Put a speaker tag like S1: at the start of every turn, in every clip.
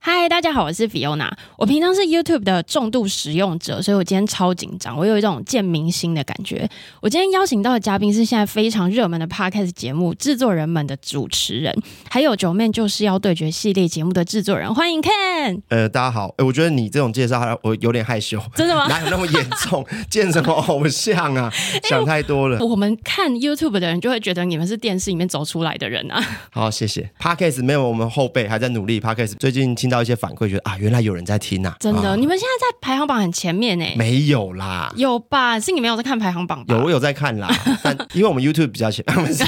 S1: 嗨，大家好，我是 Fiona。我平常是 YouTube 的重度使用者，所以我今天超紧张，我有一种见明星的感觉。我今天邀请到的嘉宾是现在非常热门的 Podcast 节目制作人们的主持人，还有《九妹就是要对决》系列节目的制作人，欢迎 Ken。
S2: 呃，大家好，哎，我觉得你这种介绍，我有点害羞，
S1: 真的吗？
S2: 哪有那么严重？见什么偶像 啊？想太多了。
S1: 我们看 YouTube 的人就会觉得你们是电视里面走出来的人啊。
S2: 好，谢谢。Podcast 没有我们后辈还在努力，Podcast 最近听到一些反馈，觉得啊，原来有人在听啊，
S1: 真的，
S2: 啊
S1: 你们现在在排行榜很前面呢、欸
S2: 没有啦。
S1: 有吧？是你 没有在看排行榜吧？
S2: 有我有在看 啦，但因为我们 YouTube 比较前， 不是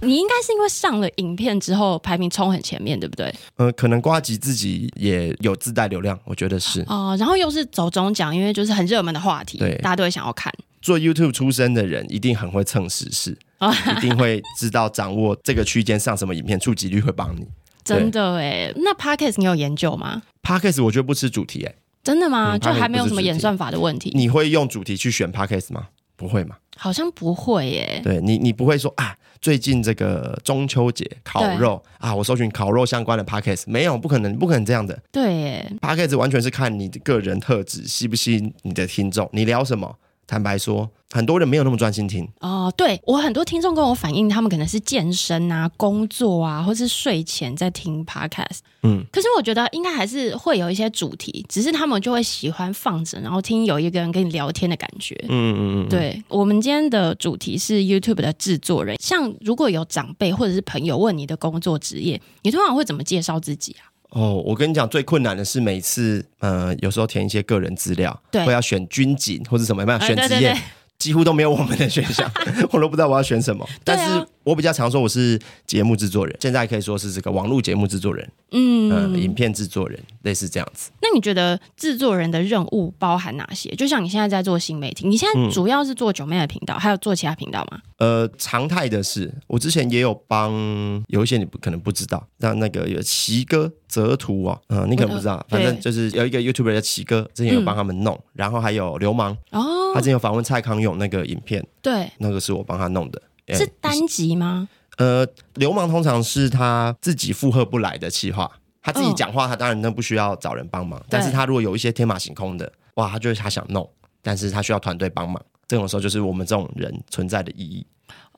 S1: 你应该是因为上了影片之后排名冲很前面，对不对？
S2: 呃，可能瓜吉自己也有自带流量，我觉得是
S1: 哦、然后又是走中奖，因为就是很热门的话题
S2: 对，
S1: 大家都会想要看。
S2: 做 YouTube 出身的人一定很会蹭时事，
S1: 啊
S2: 一定会知道掌握这个区间上什么影片，触及率会帮你。
S1: 真的哎，那 podcast 你有研究吗？
S2: Podcast 我觉得不吃主题、哎。
S1: 真的吗？
S2: 嗯
S1: 就
S2: podcast
S1: 还没有什么演算法的问题，
S2: 你会用主题去选 podcast 吗？不会嘛？
S1: 好像不会耶。
S2: 对你，你不会说啊，最近这个中秋节烤肉啊，我搜寻烤肉相关的 podcast，没有，不可能，不可能这样的。
S1: 对耶，
S2: podcast 完全是看你的个人特质，吸不吸引你的听众，你聊什么。坦白说，很多人没有那么专心听，
S1: 哦，对我很多听众跟我反映，他们可能是健身啊、工作啊，或是睡前在听 podcast。嗯
S2: 嗯，
S1: 可是我觉得应该还是会有一些主题，只是他们就会喜欢放着，然后听有一个人跟你聊天的感觉。
S2: 嗯嗯嗯，
S1: 对我们今天的主题是 YouTube 的制作人，像如果有长辈或者是朋友问你的工作职业，你通常会怎么介绍自己啊？
S2: 哦，我跟你讲，最困难的是每次，呃，有时候填一些个人资料，
S1: 对
S2: 会要选军警或者什么，有没有
S1: 哎
S2: 选
S1: 对
S2: 职
S1: 对
S2: 业？
S1: 对
S2: 几乎都没有我们的选项，我都不知道我要选什么。
S1: 对啊
S2: 但是我比较常说我是节目制作人，现在可以说是这个网络节目制作人，
S1: 嗯，
S2: 嗯、影片制作人，类似这样子。
S1: 那你觉得制作人的任务包含哪些？就像你现在在做新媒体，你现
S2: 嗯
S1: 在主要是做九妹的频道，还有做其他频道吗？
S2: 呃，常态的是，我之前也有帮有一些你不可能不知道，像那个有奇哥泽图哦，嗯、你可能不知道，
S1: 我
S2: 反
S1: 对
S2: 正就是有一个 YouTuber 叫奇哥，之前有帮他们弄，然后还有流氓，
S1: 哦
S2: 他，之前有访问蔡康永那个影片，
S1: 对，嗯
S2: 那个是我帮他弄的。哎
S1: 是单集吗？
S2: 呃，流氓通常是他自己负荷不来的气话，他
S1: 嗯
S2: 自己讲话，他当然那不需要找人帮忙。但是他如果有一些天马行空的，哇，他就是他想弄，但是他需要团队帮忙。这种时候就是我们这种人存在的意义，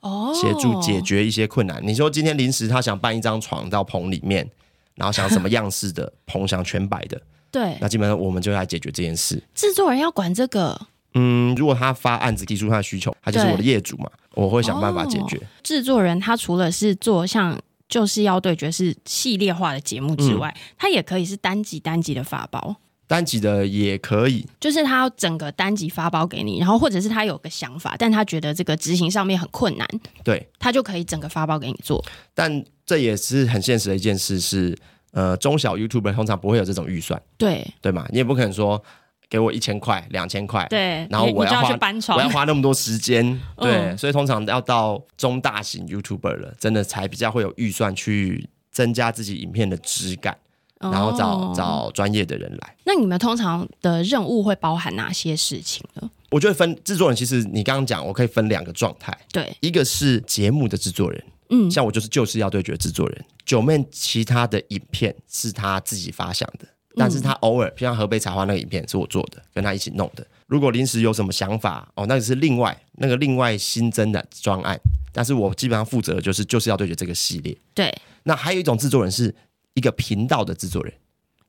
S1: 哦，
S2: 协助解。决一些困难。你说今天临时他想搬一张床到棚里面，然后想什么样式的 棚，想全摆的，
S1: 对，
S2: 那基本上我们就来解决这件事。
S1: 制作人要管这个。
S2: 嗯，如果他发案子提出他的需求，他就是
S1: 对
S2: 我的业主嘛，我会想办法解决。
S1: 制作人他除了是做像就是要对决是系列化的节目之外，
S2: 嗯
S1: 他也可以是单集单集的发包。
S2: 单集的也可以，
S1: 就是他要整个单集发包给你，然后或者是他有个想法，但他觉得这个执行上面很困难，
S2: 对，
S1: 他就可以整个发包给你做。
S2: 但这也是很现实的一件事是，呃，中小 YouTuber 通常不会有这种预算，
S1: 对
S2: 对吗？你也不可能说给我一千块、两千块，
S1: 对，
S2: 然后
S1: 你
S2: 我
S1: 你就
S2: 要
S1: 要
S2: 花
S1: 去搬
S2: 我要
S1: 床，
S2: 花那么多时间，对，
S1: 嗯
S2: 所以通常要到中大型 YouTuber 了，真的才比较会有预算去增加自己影片的质感，然后找、
S1: 哦。
S2: 找专业的人来。
S1: 那你们通常的任务会包含哪些事情呢？
S2: 我觉得分制作人，其实你刚刚讲，我可以分两个状态，
S1: 对，
S2: 一个是节目的制作人，
S1: 嗯，
S2: 像我就是就是要对决制作人。九妹其他的影片是她自己发想的，但是
S1: 嗯
S2: 她偶尔，像河北茶花那个影片是我做的，跟她一起弄的。如果临时有什么想法，哦，那个是另外那个另外新增的专案，但是我基本上负责的就是就是要对决这个系列。
S1: 对，
S2: 那还有一种制作人是一个频道的制作人，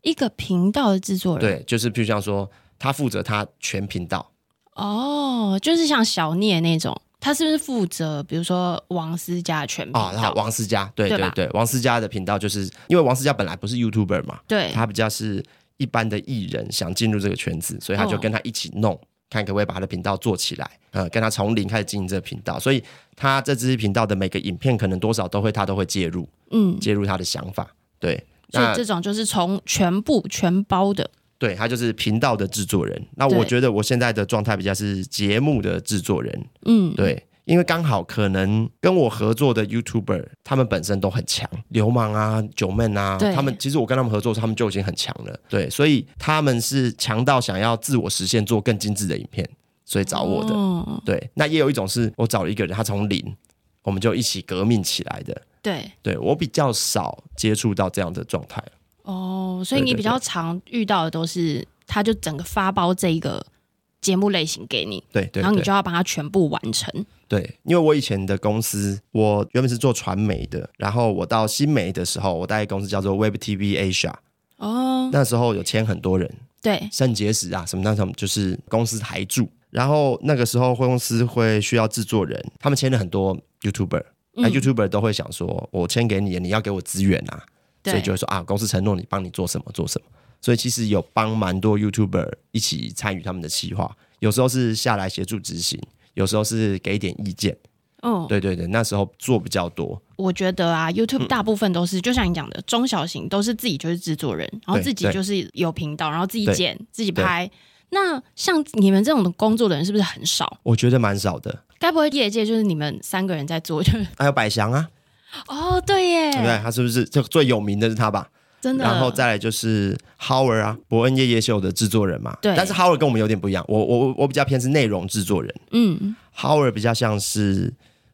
S1: 一个频道的制作人，
S2: 对，就是譬如像说他负责他全频道，
S1: 哦，就是像小聂那种，他是不是负责比如说王思佳的全频
S2: 啊，然
S1: 道？
S2: 后王思佳，对
S1: 对
S2: 对
S1: 吧
S2: 对王思佳的频道就是因为王思佳本来不是 YouTuber 嘛，
S1: 对，
S2: 他比较是一般的艺人想进入这个圈子，所以
S1: 哦
S2: 他就跟他一起弄，看可不可以把他的频道做起来，呃，跟他从零开始经营这个频道，所以他这支频道的每个影片可能多少都会他都会介入，
S1: 嗯，
S2: 介入他的想法，对，
S1: 所
S2: 那
S1: 以这种就是从全部全包的，
S2: 对他就是频道的制作人。那
S1: 对
S2: 我觉得我现在的状态比较是节目的制作人，
S1: 嗯，
S2: 对，因为刚好可能跟我合作的 YouTuber 他们本身都很强，流氓啊、九妹啊，
S1: 对
S2: 他们其实我跟他们合作，他们就已经很强了，对，所以他们是强到想要自我实现，做更精致的影片，所以找我的。
S1: 哦
S2: 对，那也有一种是我找了一个人，他从零，我们就一起革命起来的。
S1: 对
S2: 对我比较少接触到这样的状态，
S1: 哦，所以
S2: 对
S1: 你
S2: 对
S1: 比较常遇到的都是，他就整个发包这一个节目类型给你，
S2: 对对
S1: 然后你
S2: 对
S1: 就要把它全部完成。
S2: 对，因为我以前的公司，我原本是做传媒的，然后我到新媒的时候，我待的公司叫做 Web TV Asia，
S1: 哦，
S2: 那时候有签很多人，
S1: 对，
S2: 肾结石啊什么那种，就是公司台柱。然后那个时候，会公司会需要制作人，他们签了很多 YouTuber，那、
S1: 嗯
S2: YouTuber 都会想说，我签给你，你要给我资源啊，所以
S1: 对
S2: 就会说啊，公司承诺你帮你做什么做什么。所以其实有帮蛮多 YouTuber 一起参与他们的企划，有时候是下来协助执行，有时候是给一点意见。
S1: 哦，
S2: 对对对，那时候做比较多，
S1: 我觉得啊，YouTube
S2: 嗯
S1: 大部分都是、就像你讲的，中小型都是自己就是制作人，然后
S2: 对
S1: 自己
S2: 对
S1: 就是有频道，然后自己
S2: 对
S1: 剪、自己
S2: 对
S1: 拍。那像你们这种的工作的人是不是很少？
S2: 我觉得蛮少的。
S1: 该不会业界就是你们三个人在做？ 就是
S2: 还有百祥啊，
S1: 哦，对耶，
S2: 对不对？他是不是就最有名的是他吧？
S1: 真的。
S2: 然后再来就是 Howard 啊，伯恩夜夜秀的制作人嘛。
S1: 对
S2: 但是 Howard 跟我们有点不一样，我我我我比较偏是内容制作人
S1: 嗯，
S2: ，Howard 比较像是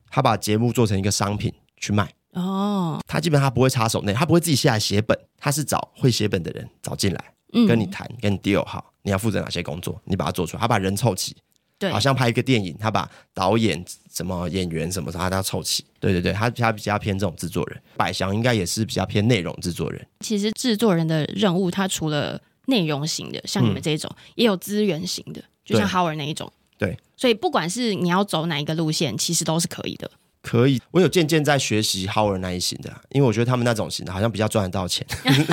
S2: 他把节目做成一个商品去卖。
S1: 哦，
S2: 他基本上他不会插手内，他不会自己下来写本，他是找会写本的人找进来，
S1: 嗯，
S2: 跟你谈，跟你 deal 好，你要负责哪些工作，你把它做出来。他把人凑齐，
S1: 对
S2: 好像拍一个电影，他把导演、什么演员什么，他他凑齐。对对对，他他比较偏这种制作人。百祥应该也是比较偏内容制作人。
S1: 其实制作人的任务，他除了内容型的，像你们这种，也有资源型的，就像
S2: 嗯对
S1: Howard 那一种。
S2: 对，
S1: 所以不管是你要走哪一个路线，其实都是可以的。
S2: 可以，我有渐渐在学习 Howard 那一型的，因为我觉得他们那种型的好像比较赚得到钱。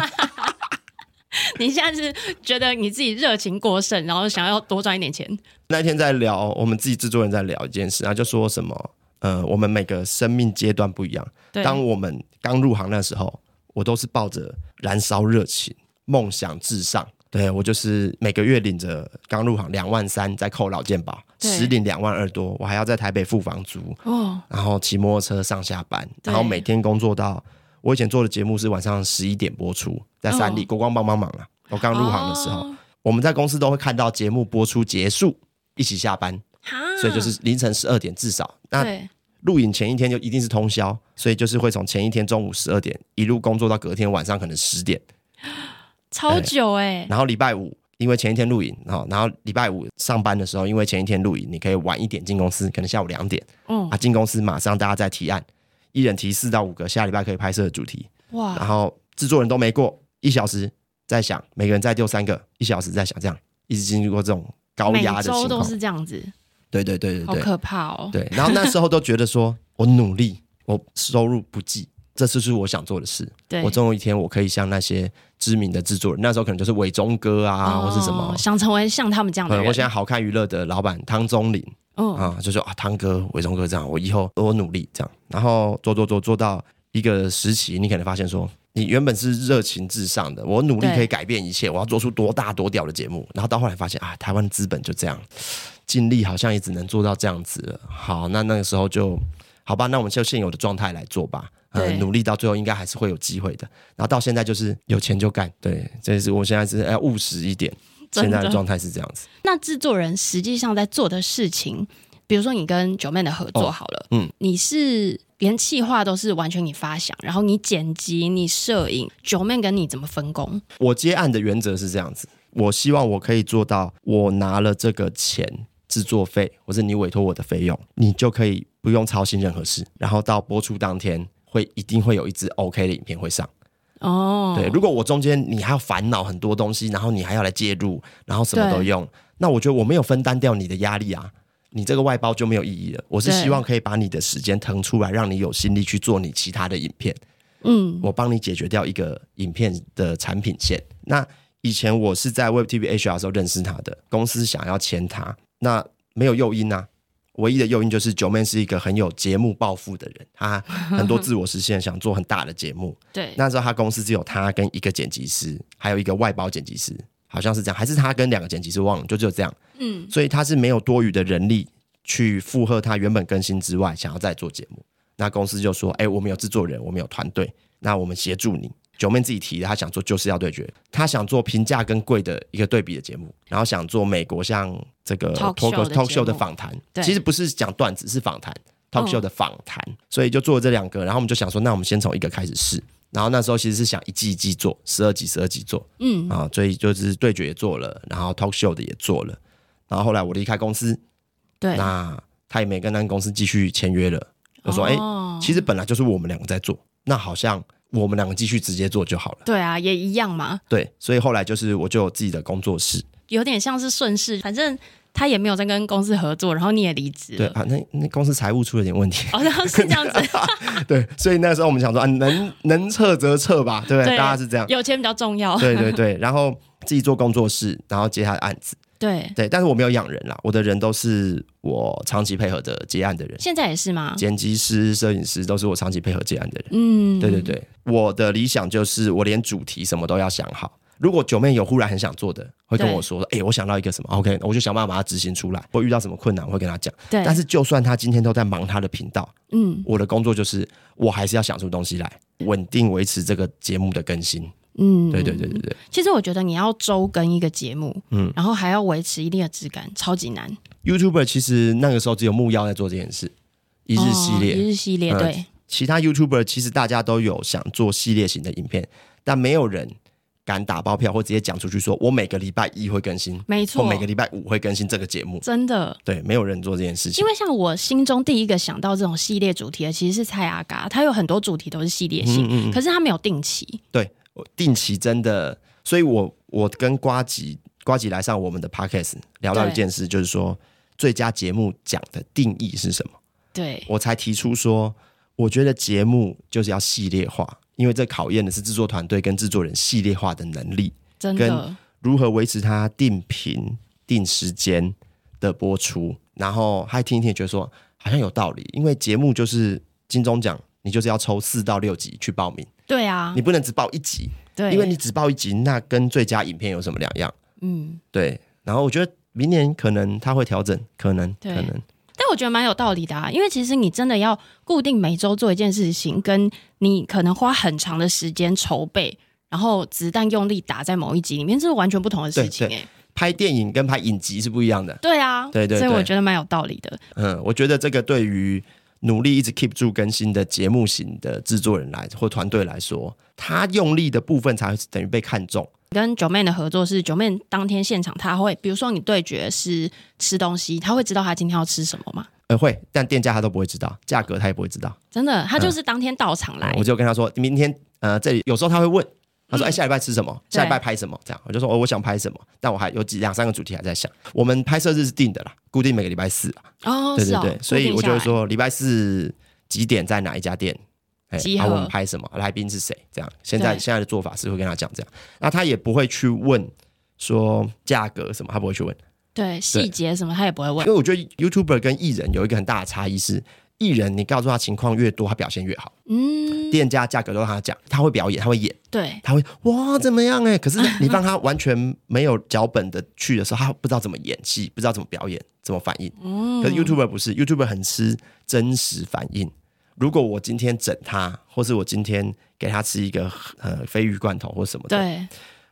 S1: 你现在是觉得你自己热情过剩，然后想要多赚一点钱？
S2: 那天在聊，我们自己制作人在聊一件事，然后就说什么，呃，我们每个生命阶段不一样。
S1: 对，
S2: 当我们刚入行那时候，我都是抱着燃烧热情、梦想至上。对我就是每个月领着刚入行两万三，再扣老健保，
S1: 对
S2: 实领两万二多，我还要在台北付房租，
S1: 哦，
S2: 然后骑摩托车上下班，
S1: 对
S2: 然后每天工作到我以前做的节目是晚上十一点播出，在三立、
S1: 哦
S2: 国光帮帮忙啊。我刚入行的时候，
S1: 哦，
S2: 我们在公司都会看到节目播出结束，一起下班，
S1: 哈
S2: 所以就是凌晨十二点至少。那
S1: 嗯对
S2: 录影前一天就一定是通宵，所以就是会从前一天中午十二点一路工作到隔天晚上可能十点，
S1: 超久哎、
S2: 然后礼拜五。因为前一天录影，哦然后然后礼拜五上班的时候，因为前一天录影，你可以晚一点进公司，可能下午两点
S1: 嗯
S2: 啊，进公司马上大家再提案，一人提四到五个下礼拜可以拍摄的主题，然
S1: 哇，
S2: 后制作人都没过一小时，在想每个人再丢三个，一小时在想，这样一直经历过这种高
S1: 每
S2: 压的
S1: 周
S2: 情
S1: 都
S2: 况，
S1: 是这样子，
S2: 对对对对
S1: 好
S2: 对，
S1: 可怕哦。
S2: 对，然后那时候都觉得说，我努力，我收入不济，这次是我想做的事。
S1: 对，
S2: 我总有一天我可以像那些知名的制作人，那时候可能就是伟忠哥啊，
S1: 哦
S2: 或是什么。
S1: 想成为像他们这样的
S2: 呃，
S1: 人。
S2: 我现在好看娱乐的老板汤宗林
S1: 嗯，
S2: 啊，就说啊，汤哥、伟忠哥这样，我以后我努力这样，然后做做做做到一个时期，你可能发现说，你原本是热情至上的，我努力
S1: 对
S2: 可以改变一切，我要做出多大多屌的节目，然后到后来发现啊，台湾的资本就这样，尽力好像也只能做到这样子了。好，那那个时候就好吧，那我们就现有的状态来做吧。呃，
S1: 对
S2: 努力到最后应该还是会有机会的。然后到现在就是有钱就干，对，这是我现在是要务实一点。
S1: 真
S2: 现
S1: 的
S2: 在的状态是这样子，
S1: 那制作人实际上在做的事情，比如说你跟九妹的合作好了，嗯
S2: 嗯，
S1: 你是连企划都是完全你发想，然后你剪辑、你摄影，九妹跟你怎么分工？
S2: 我接案的原则是这样子，我希望我可以做到，我拿了这个钱制作费，或是你委托我的费用，你就可以不用操心任何事，然后到播出当天会一定会有一支 OK 的影片会上。
S1: 哦，
S2: 对，如果我中间你还要烦恼很多东西，然后你还要来介入，然后什么都用，那我觉得我没有分担掉你的压力啊，你这个外包就没有意义了。我是
S1: 对
S2: 希望可以把你的时间腾出来，让你有心力去做你其他的影片。
S1: 嗯，
S2: 我帮你解决掉一个影片的产品线。那以前我是在 Web TV HR 的时候认识他的，公司想要签他，那没有诱因啊。唯一的诱因就是九妹是一个很有节目抱负的人，她很多自我实现，想做很大的节目。
S1: 对，
S2: 那时候他公司只有他跟一个剪辑师，还有一个外包剪辑师，好像是这样，还是他跟两个剪辑师忘了，就只有这样。
S1: 嗯，
S2: 所以他是没有多余的人力去附和他原本更新之外，想要再做节目。那公司就说：“哎、我们有制作人，我们有团队，那我们协助你。”九妹自己提的，她想做就是要对决，她想做平价跟贵的一个对比的节目，然后想做美国像这个
S1: Talk
S2: talk
S1: show 的
S2: talk
S1: 节
S2: show
S1: 目
S2: 的访谈，
S1: 对
S2: 其实不是讲段子，是访谈 talk
S1: 嗯
S2: show 的访谈，所以就做了这两个，然后我们就想说，那我们先从一个开始试。然后那时候其实是想一季一季做，十二集十二集做，
S1: 嗯，
S2: 啊，所以就是对决也做了，然后 talk show 的也做了，然后后来我离开公司，
S1: 对，
S2: 那他也没跟那个公司继续签约了。我说，哎、
S1: 哦
S2: 其实本来就是我们两个在做，那好像我们两个继续直接做就好了。
S1: 对啊，也一样嘛，
S2: 对，所以后来就是我就有自己的工作室，
S1: 有点像是顺势，反正他也没有在跟公司合作，然后你也离职
S2: 对
S1: 了，
S2: 啊，那那公司财务出了点问题，
S1: 好像是这样子，
S2: 对，所以那时候我们想说啊，能能撤则撤吧，对不对？
S1: 对啊
S2: 大家是这样，
S1: 有钱比较重要，
S2: 对对对，然后自己做工作室，然后接他的案子，
S1: 对，
S2: 对，但是我没有养人啦，我的人都是我长期配合的接案的人。
S1: 现在也是吗？
S2: 剪辑师、摄影师都是我长期配合接案的人。
S1: 嗯，
S2: 对对，对，我的理想就是我连主题什么都要想好。如果九妹有忽然很想做的，会跟
S1: 对
S2: 我说：“哎、我想到一个什么，OK，我就想办法把它执行出来。或遇到什么困难，我会跟她讲。
S1: 对，
S2: 但是就算她今天都在忙她的频道，
S1: 嗯
S2: 我的工作就是我还是要想出东西来，稳定维持这个节目的更新。
S1: 嗯，
S2: 对对对对对
S1: 其实我觉得你要周更一个节目，嗯，然后还要维持一定的质感，超级难。
S2: ，YouTuber 其实那个时候只有木曜在做这件事，一日系列，
S1: 哦一日系列，
S2: 嗯
S1: 对，
S2: 其他 YouTuber 其实大家都有想做系列型的影片，但没有人敢打包票或直接讲出去说，我每个礼拜一会更新，
S1: 没
S2: 或
S1: 错，
S2: 每个礼拜五会更新这个节目。
S1: 真的。
S2: 对，没有人做这件事情
S1: 因。为像我心中第一个想到这种系列主题的，其实是蔡阿嘎，他有很多主题都是系列性，
S2: 嗯
S1: 可是他没有定期。
S2: 对，我定期真的，所以我我跟瓜吉瓜吉来上我们的 podcast 聊到
S1: 对
S2: 一件事，就是说最佳节目奖的定义是什么？
S1: 对，
S2: 我才提出说，我觉得节目就是要系列化，因为这考验的是制作团队跟制作人系列化的能力。
S1: 真的
S2: 跟，如何维持它定频、定时间的播出，然后还听一听，觉得说好像有道理，因为节目就是金钟奖，你就是要抽四到六集去报名，
S1: 对啊
S2: 你，不能只报一集，
S1: 对，
S2: 因为你只报一集，那跟最佳影片有什么两样？
S1: 嗯，
S2: 对，然后我觉得明年可能他会调整，可能可
S1: 对
S2: 能
S1: 但我觉得蛮有道理的啊，因为其实你真的要固定每周做一件事情，跟你可能花很长的时间筹备，然后子弹用力打在某一集里面，这是完全不同的事情哎、
S2: 对拍电影跟拍影集是不一样的。
S1: 对啊，
S2: 对对
S1: 所以我
S2: 对
S1: 觉得蛮有道理的。
S2: 嗯，我觉得这个对于努力一直 keep 住更新的节目型的制作人来或团队来说，他用力的部分才等于被看中。
S1: 跟九妹的合作是九妹当天现场，她会比如说你对决是吃东西，她会知道她今天要吃什么吗？
S2: 呃，会，但店家他都不会知道，价格他也不会知道。嗯
S1: 真的，她就是当天到场来，
S2: 我就跟他说，明天呃，这里有时候他会问，他说，哎、下礼拜吃什么？
S1: 对
S2: 下礼拜拍什么？这样，我就说，哦，我想拍什么，但我还有几两三个主题还在想。我们拍摄日是定的啦，固定每个礼拜四啦。
S1: 哦，
S2: 对
S1: 是
S2: 对
S1: 哦，
S2: 对，所以
S1: 固定
S2: 我
S1: 下
S2: 就
S1: 来
S2: 会，说，礼拜四几点在哪一家店？哎
S1: 集
S2: 啊
S1: 合
S2: 我们拍什么？来宾是谁？这样，现在
S1: 对
S2: 现在的做法是会跟他讲这样，那他也不会去问说价格什么，他不会去问。
S1: 对细节什么她也不会
S2: 因
S1: 问，
S2: 为我觉得 YouTuber 跟艺人有一个很大的差异是，艺人你告诉他情况越多，他表现越好。
S1: 嗯，
S2: 店家价格都让他讲，他会表演，他会演，
S1: 对，
S2: 他会哇怎么样哎、可是你让他完全没有脚本的去的时候，他不知道怎么演戏，不知道怎么表演，怎么反应。
S1: 嗯
S2: 可是 YouTuber 不是，YouTuber 很吃真实反应。如果我今天整他，或是我今天给他吃一个呃鲱鱼罐头或什么的，
S1: 对，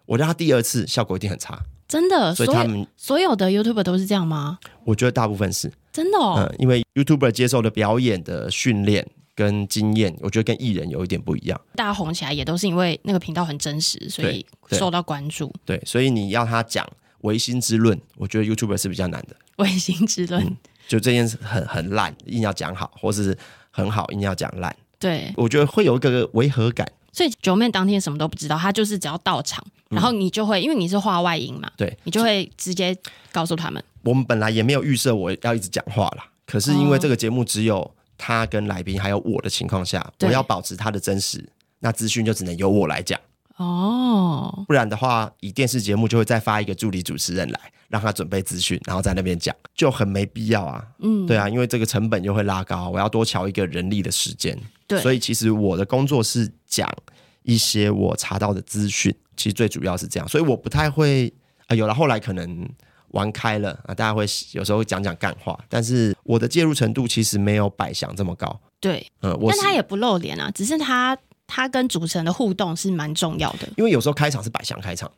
S2: 我让他第二次效果一定很差。
S1: 真的，
S2: 所
S1: 所
S2: 以他
S1: 有
S2: 们，
S1: 所有的 YouTube 都是这样吗？
S2: 我觉得大部分是，
S1: 真的哦，
S2: 嗯，因为 YouTuber 接受的表演的训练跟经验，我觉得跟艺人有一点不一样。
S1: 大家红起来也都是因为那个频道很真实，所以
S2: 对
S1: 受到关注。
S2: 对，所以你要他讲唯心之论，我觉得 YouTuber 是比较难的。
S1: 卫星之论，
S2: 就这件事很很烂，硬要讲好，或是很好硬要讲烂，
S1: 对，
S2: 我觉得会有一个违和感。
S1: 所以九妹当天什么都不知道，她就是只要到场，
S2: 嗯
S1: 然后你就会，因为你是话外音嘛，
S2: 对
S1: 你就会直接告诉他们。
S2: 我们本来也没有预设我要一直讲话啦，可是
S1: 哦
S2: 因为这个节目只有他跟来宾还有我的情况下，
S1: 对
S2: 我要保持他的真实，那资讯就只能由我来讲，
S1: 哦，
S2: 不然的话，以电视节目就会再发一个助理主持人来，让他准备资讯，然后在那边讲，就很没必要啊。
S1: 嗯，
S2: 对啊，因为这个成本又会拉高，我要多调一个人力的时间。
S1: 对
S2: 所以其实我的工作是讲一些呃我查到的资讯，其实最主要是这样，所以我不太会啊、有了后来可能玩开了啊，大家会有时候会讲讲干话，但是我的介入程度其实没有百祥这么高。
S1: 对，
S2: 嗯，我
S1: 但
S2: 是
S1: 他也不露脸啊，只是他他跟主持人的互动是蛮重要的。
S2: 因为有时候开场是百祥开场，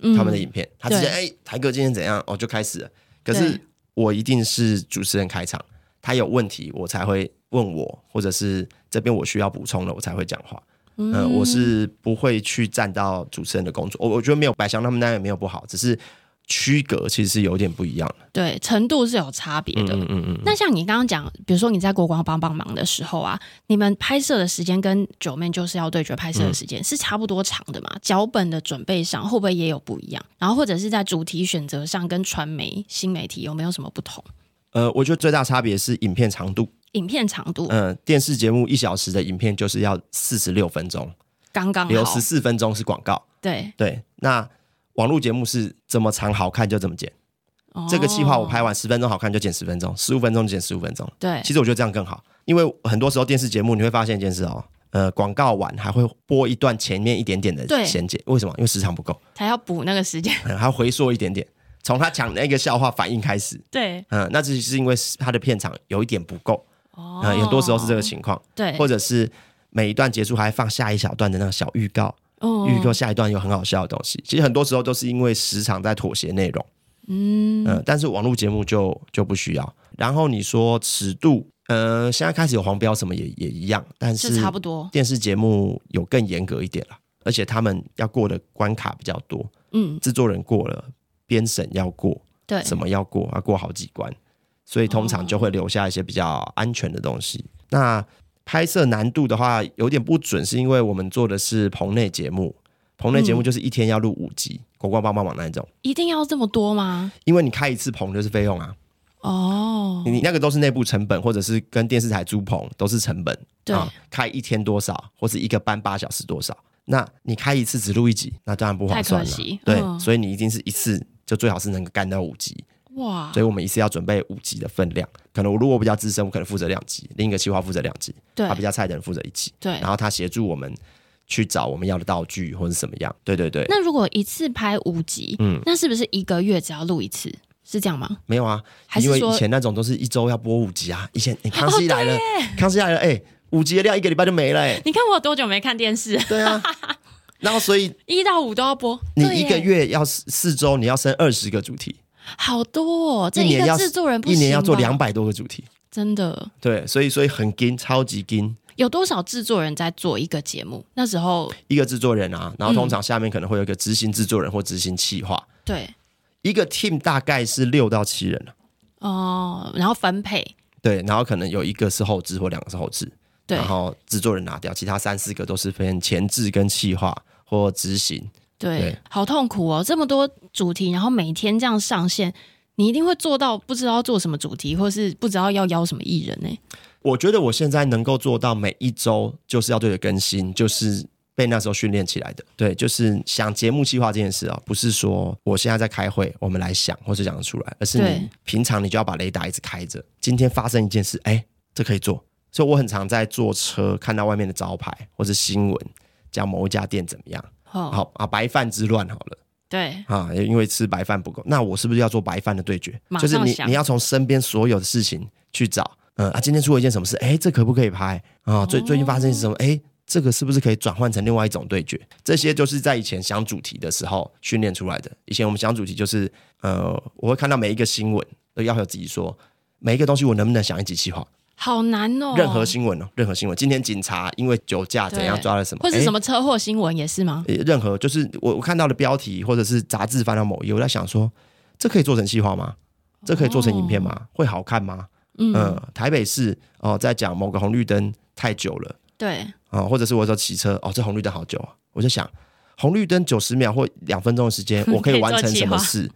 S1: 嗯，
S2: 他们的影片，他直
S1: 对
S2: 接哎，台哥今天怎样哦就开始了。可
S1: 对
S2: 是我一定是主持人开场，他有问题我才会问我，或者是这边我需要补充了我才会讲话。嗯、我是不会去占到主持人的工作，我我觉得没有百祥他们那也没有不好，只是区隔其实是有点不一样的。
S1: 对程度是有差别的。
S2: 嗯嗯嗯，
S1: 那像你刚刚讲，比如说你在国光帮帮忙的时候啊，你们拍摄的时间跟九妹就是要对决拍摄
S2: 嗯
S1: 的时间、是差不多长的嘛？脚本的准备上会不会也有不一样？然后或者是在主题选择上跟传媒新媒体有没有什么不同？
S2: 呃，我觉得最大差别是影片长度。
S1: 影片长度
S2: 嗯、电视节目一小时的影片就是要四十六分钟，
S1: 刚刚
S2: 有
S1: 哦好
S2: 十，四分钟是广告。
S1: 对，
S2: 对，那网络节目是怎么长好看就怎么剪。
S1: 哦
S2: 这个计划我拍完十分钟好看就剪十分钟，十五分钟就剪十五分钟。
S1: 对
S2: 其实我觉得这样更好，因为很多时候电视节目你会发现一件事哦，呃，广告完还会播一段前面一点点
S1: 对
S2: 的衔接，为什么？因为时长不够，
S1: 才要补那个时间，
S2: 嗯还要回缩一点点，从他讲那个笑话反应开始。
S1: 对，
S2: 嗯，那这是因为他的片长有一点不够，
S1: 哦
S2: 嗯，很多时候是这个情况，
S1: 对，
S2: 或者是每一段结束还放下一小段的那个小预告，
S1: 哦
S2: 预告下一段有很好笑的东西。其实很多时候都是因为时常在妥协内容，嗯、但是网络节目就就不需要。然后你说尺度，呃，现在开始有黄标什么也也一样，但
S1: 就是差不多，
S2: 电视节目有更严格一点了，而且他们要过的关卡比较多，
S1: 嗯，
S2: 制作人过了，编审要过，
S1: 对，哦
S2: 什么要过，要过好几关，所以通常就会留下一些比较安全的东西。那拍摄难度的话，有点不准，是因为我们做的是棚内节目，棚内节
S1: 嗯
S2: 目就是一天要录五集，国光帮帮忙那一种，
S1: 一定要这么多吗？
S2: 因为你开一次棚就是费用啊，
S1: 哦，
S2: 你那个都是内部成本，或者是跟电视台租棚都是成本，
S1: 对
S2: 啊，开一天多少，或是一个班八小时多少。那你开一次只录一集，那当然不划算了。
S1: 太可惜
S2: 对，
S1: 嗯
S2: 所以你一定是一次就最好是能干到五集，
S1: 哇，
S2: 所以我们一次要准备五集的分量。可能我如果比较资深，我可能负责两集，另一个企划负责两集，
S1: 对
S2: 他比较菜的人负责一集，
S1: 对
S2: 然。后他协助我们去找我们要的道具或者什么样。对对对，
S1: 那如果一次拍五集，嗯，那是不是一个月只要录一次？是这样吗？
S2: 没有啊，
S1: 还是
S2: 因
S1: 说哦
S2: 为以前那种都是一周要播五集啊，以前、 诶康熙来了，康熙来了，哎、五集的量一个礼拜就没 了、诶
S1: 你看我有多久没看电视？
S2: 对啊。然后所以
S1: 一到五都要播，
S2: 你
S1: 对
S2: 一
S1: 耶
S2: 个月要四四周，你要生二十个主题，
S1: 好多、哦，这
S2: 一
S1: 一
S2: 年
S1: 个
S2: 要
S1: 制作人不
S2: 一
S1: 行
S2: 年要做
S1: 吧
S2: 两，百多个主题。
S1: 真的
S2: 对，所以所以很紧，超级紧。
S1: 有多少制作人在做一个节目？那时候
S2: 一个制作人啊，然后
S1: 嗯
S2: 通常下面可能会有一个执行制作人或执行企划。
S1: 对
S2: 一个 team 大概是六到七人啊
S1: 哦、然后分配
S2: 对，然后可能有一个是后置或两个是后置，
S1: 对
S2: 然后制作人拿掉，其他三四个都是分前置跟企划或执行。
S1: 对
S2: 对
S1: 好痛苦哦，这么多主题，然后每天这样上线，你一定会做到不知道做什么主题，或是不知道要邀什么艺人呢、
S2: 我觉得我现在能够做到每一周就是要对着更新，就是被那时候训练起来的。对，就是想节目计划这件事啊，不是说我现在在开会，我们来想或是讲得出来，而是
S1: 对
S2: 你平常你就要把雷达一直开着。今天发生一件事，哎，这可以做。所以我很常在坐车看到外面的招牌或者新闻，讲某一家店怎么样。
S1: 哦，
S2: 好啊，白饭之乱好了
S1: 对，
S2: 啊，因为吃白饭不够，那我是不是要做白饭的对决
S1: 马？
S2: 就是
S1: 上
S2: 你
S1: 想
S2: 你要从身边所有的事情去找，嗯啊，今天出了一件什么事？哎，这可不可以拍啊？
S1: 哦
S2: 最最近发生什么？哎，这个是不是可以转换成另外一种对决？这些就是在以前想主题的时候训练出来的。以前我们想主题就是，呃，我会看到每一个新闻，都要求自己说。每一个东西我能不能想一起计划？
S1: 好难哦，
S2: 任何新闻哦，任何新闻。今天警察因为酒驾怎样
S1: 对
S2: 抓了什么？
S1: 或是
S2: 哎
S1: 什么车祸新闻也是吗？
S2: 呃任何就是我我看到的标题或者是杂志翻到某一页，我在想说，这可以做成细化吗？这可以做成影片吗？会好看吗？嗯、台北市哦、在讲某个红绿灯太久了
S1: 对，
S2: 啊、或者是我说骑车哦，这红绿灯好久啊，我就想红绿灯九十秒或两分钟的时间，我可以完成什么事？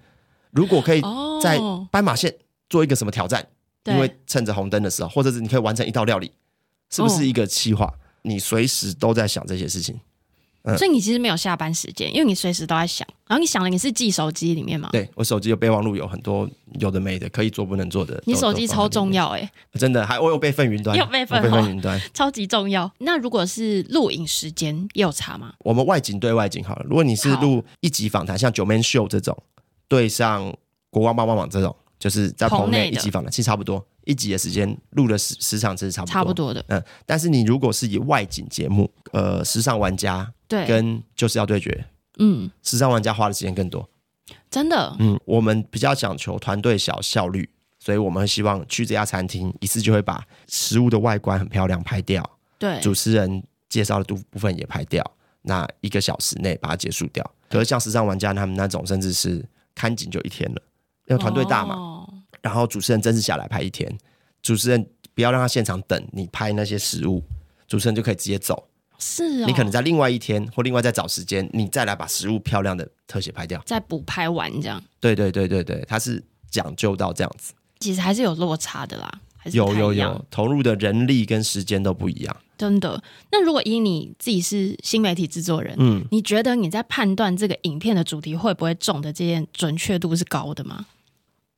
S2: 如果可以
S1: 哦，
S2: 在斑马线做一个什么挑战，
S1: 对
S2: 因为趁着红灯的时候，或者是你可以完成一道料理，是不
S1: 哦
S2: 是一个计划？你随时都在想这些事情。
S1: 所以你其实没有下班时间，因为你随时都在想，然后你想了，你是记手机里面嘛？
S2: 对我手机有备忘录，有很多有的没的，可以做不能做的。
S1: 你
S2: 都
S1: 手机超重，要哎、
S2: 都放在里面真的，还我有备份云端，
S1: 你有备份
S2: 我备
S1: 哦
S2: 份云端。
S1: 超级重要。那如果是录影时间也有差吗？
S2: 我们外景对外景好了，如果你是
S1: 好
S2: 录一集访谈，像九 man show 这种，对上国光帮帮忙这种，就是在
S1: 棚
S2: 棚内
S1: 内
S2: 一
S1: 的
S2: 起访谈，其实差不多一集的时间录的时时长其实差不多。
S1: 差不。多的，
S2: 嗯，但是你如果是以外景节目，呃，时尚玩家
S1: 对，
S2: 跟就是要对决，
S1: 嗯，
S2: 时尚玩家花的时间更多。
S1: 真的，
S2: 嗯，我们比较讲求团队小效率，所以我们会希望去这家餐厅一次就会把食物的外观很漂亮拍掉，
S1: 对，
S2: 主持人介绍的部部分也拍掉，那一个小时内把它结束掉。可是像时尚玩家他们那种，甚至是看景就一天了，因为团队大嘛，
S1: 哦
S2: 然后主持人真是下来拍一天，主持人不要让他现场等你拍那些食物，主持人就可以直接走。
S1: 是哦，
S2: 你可能在另外一天或另外再找时间，你再来把食物漂亮的特写拍掉。
S1: 再补拍完这样，
S2: 对对对对对，它是讲究到这样子，
S1: 其实还是有落差的啦，还是不
S2: 有
S1: 太
S2: 有
S1: 一样
S2: 有，投入的人力跟时间都不一样。
S1: 真的。那如果以你自己是新媒体制作人，嗯，你觉得你在判断这个影片的主题会不会中的这件准确度是高的吗？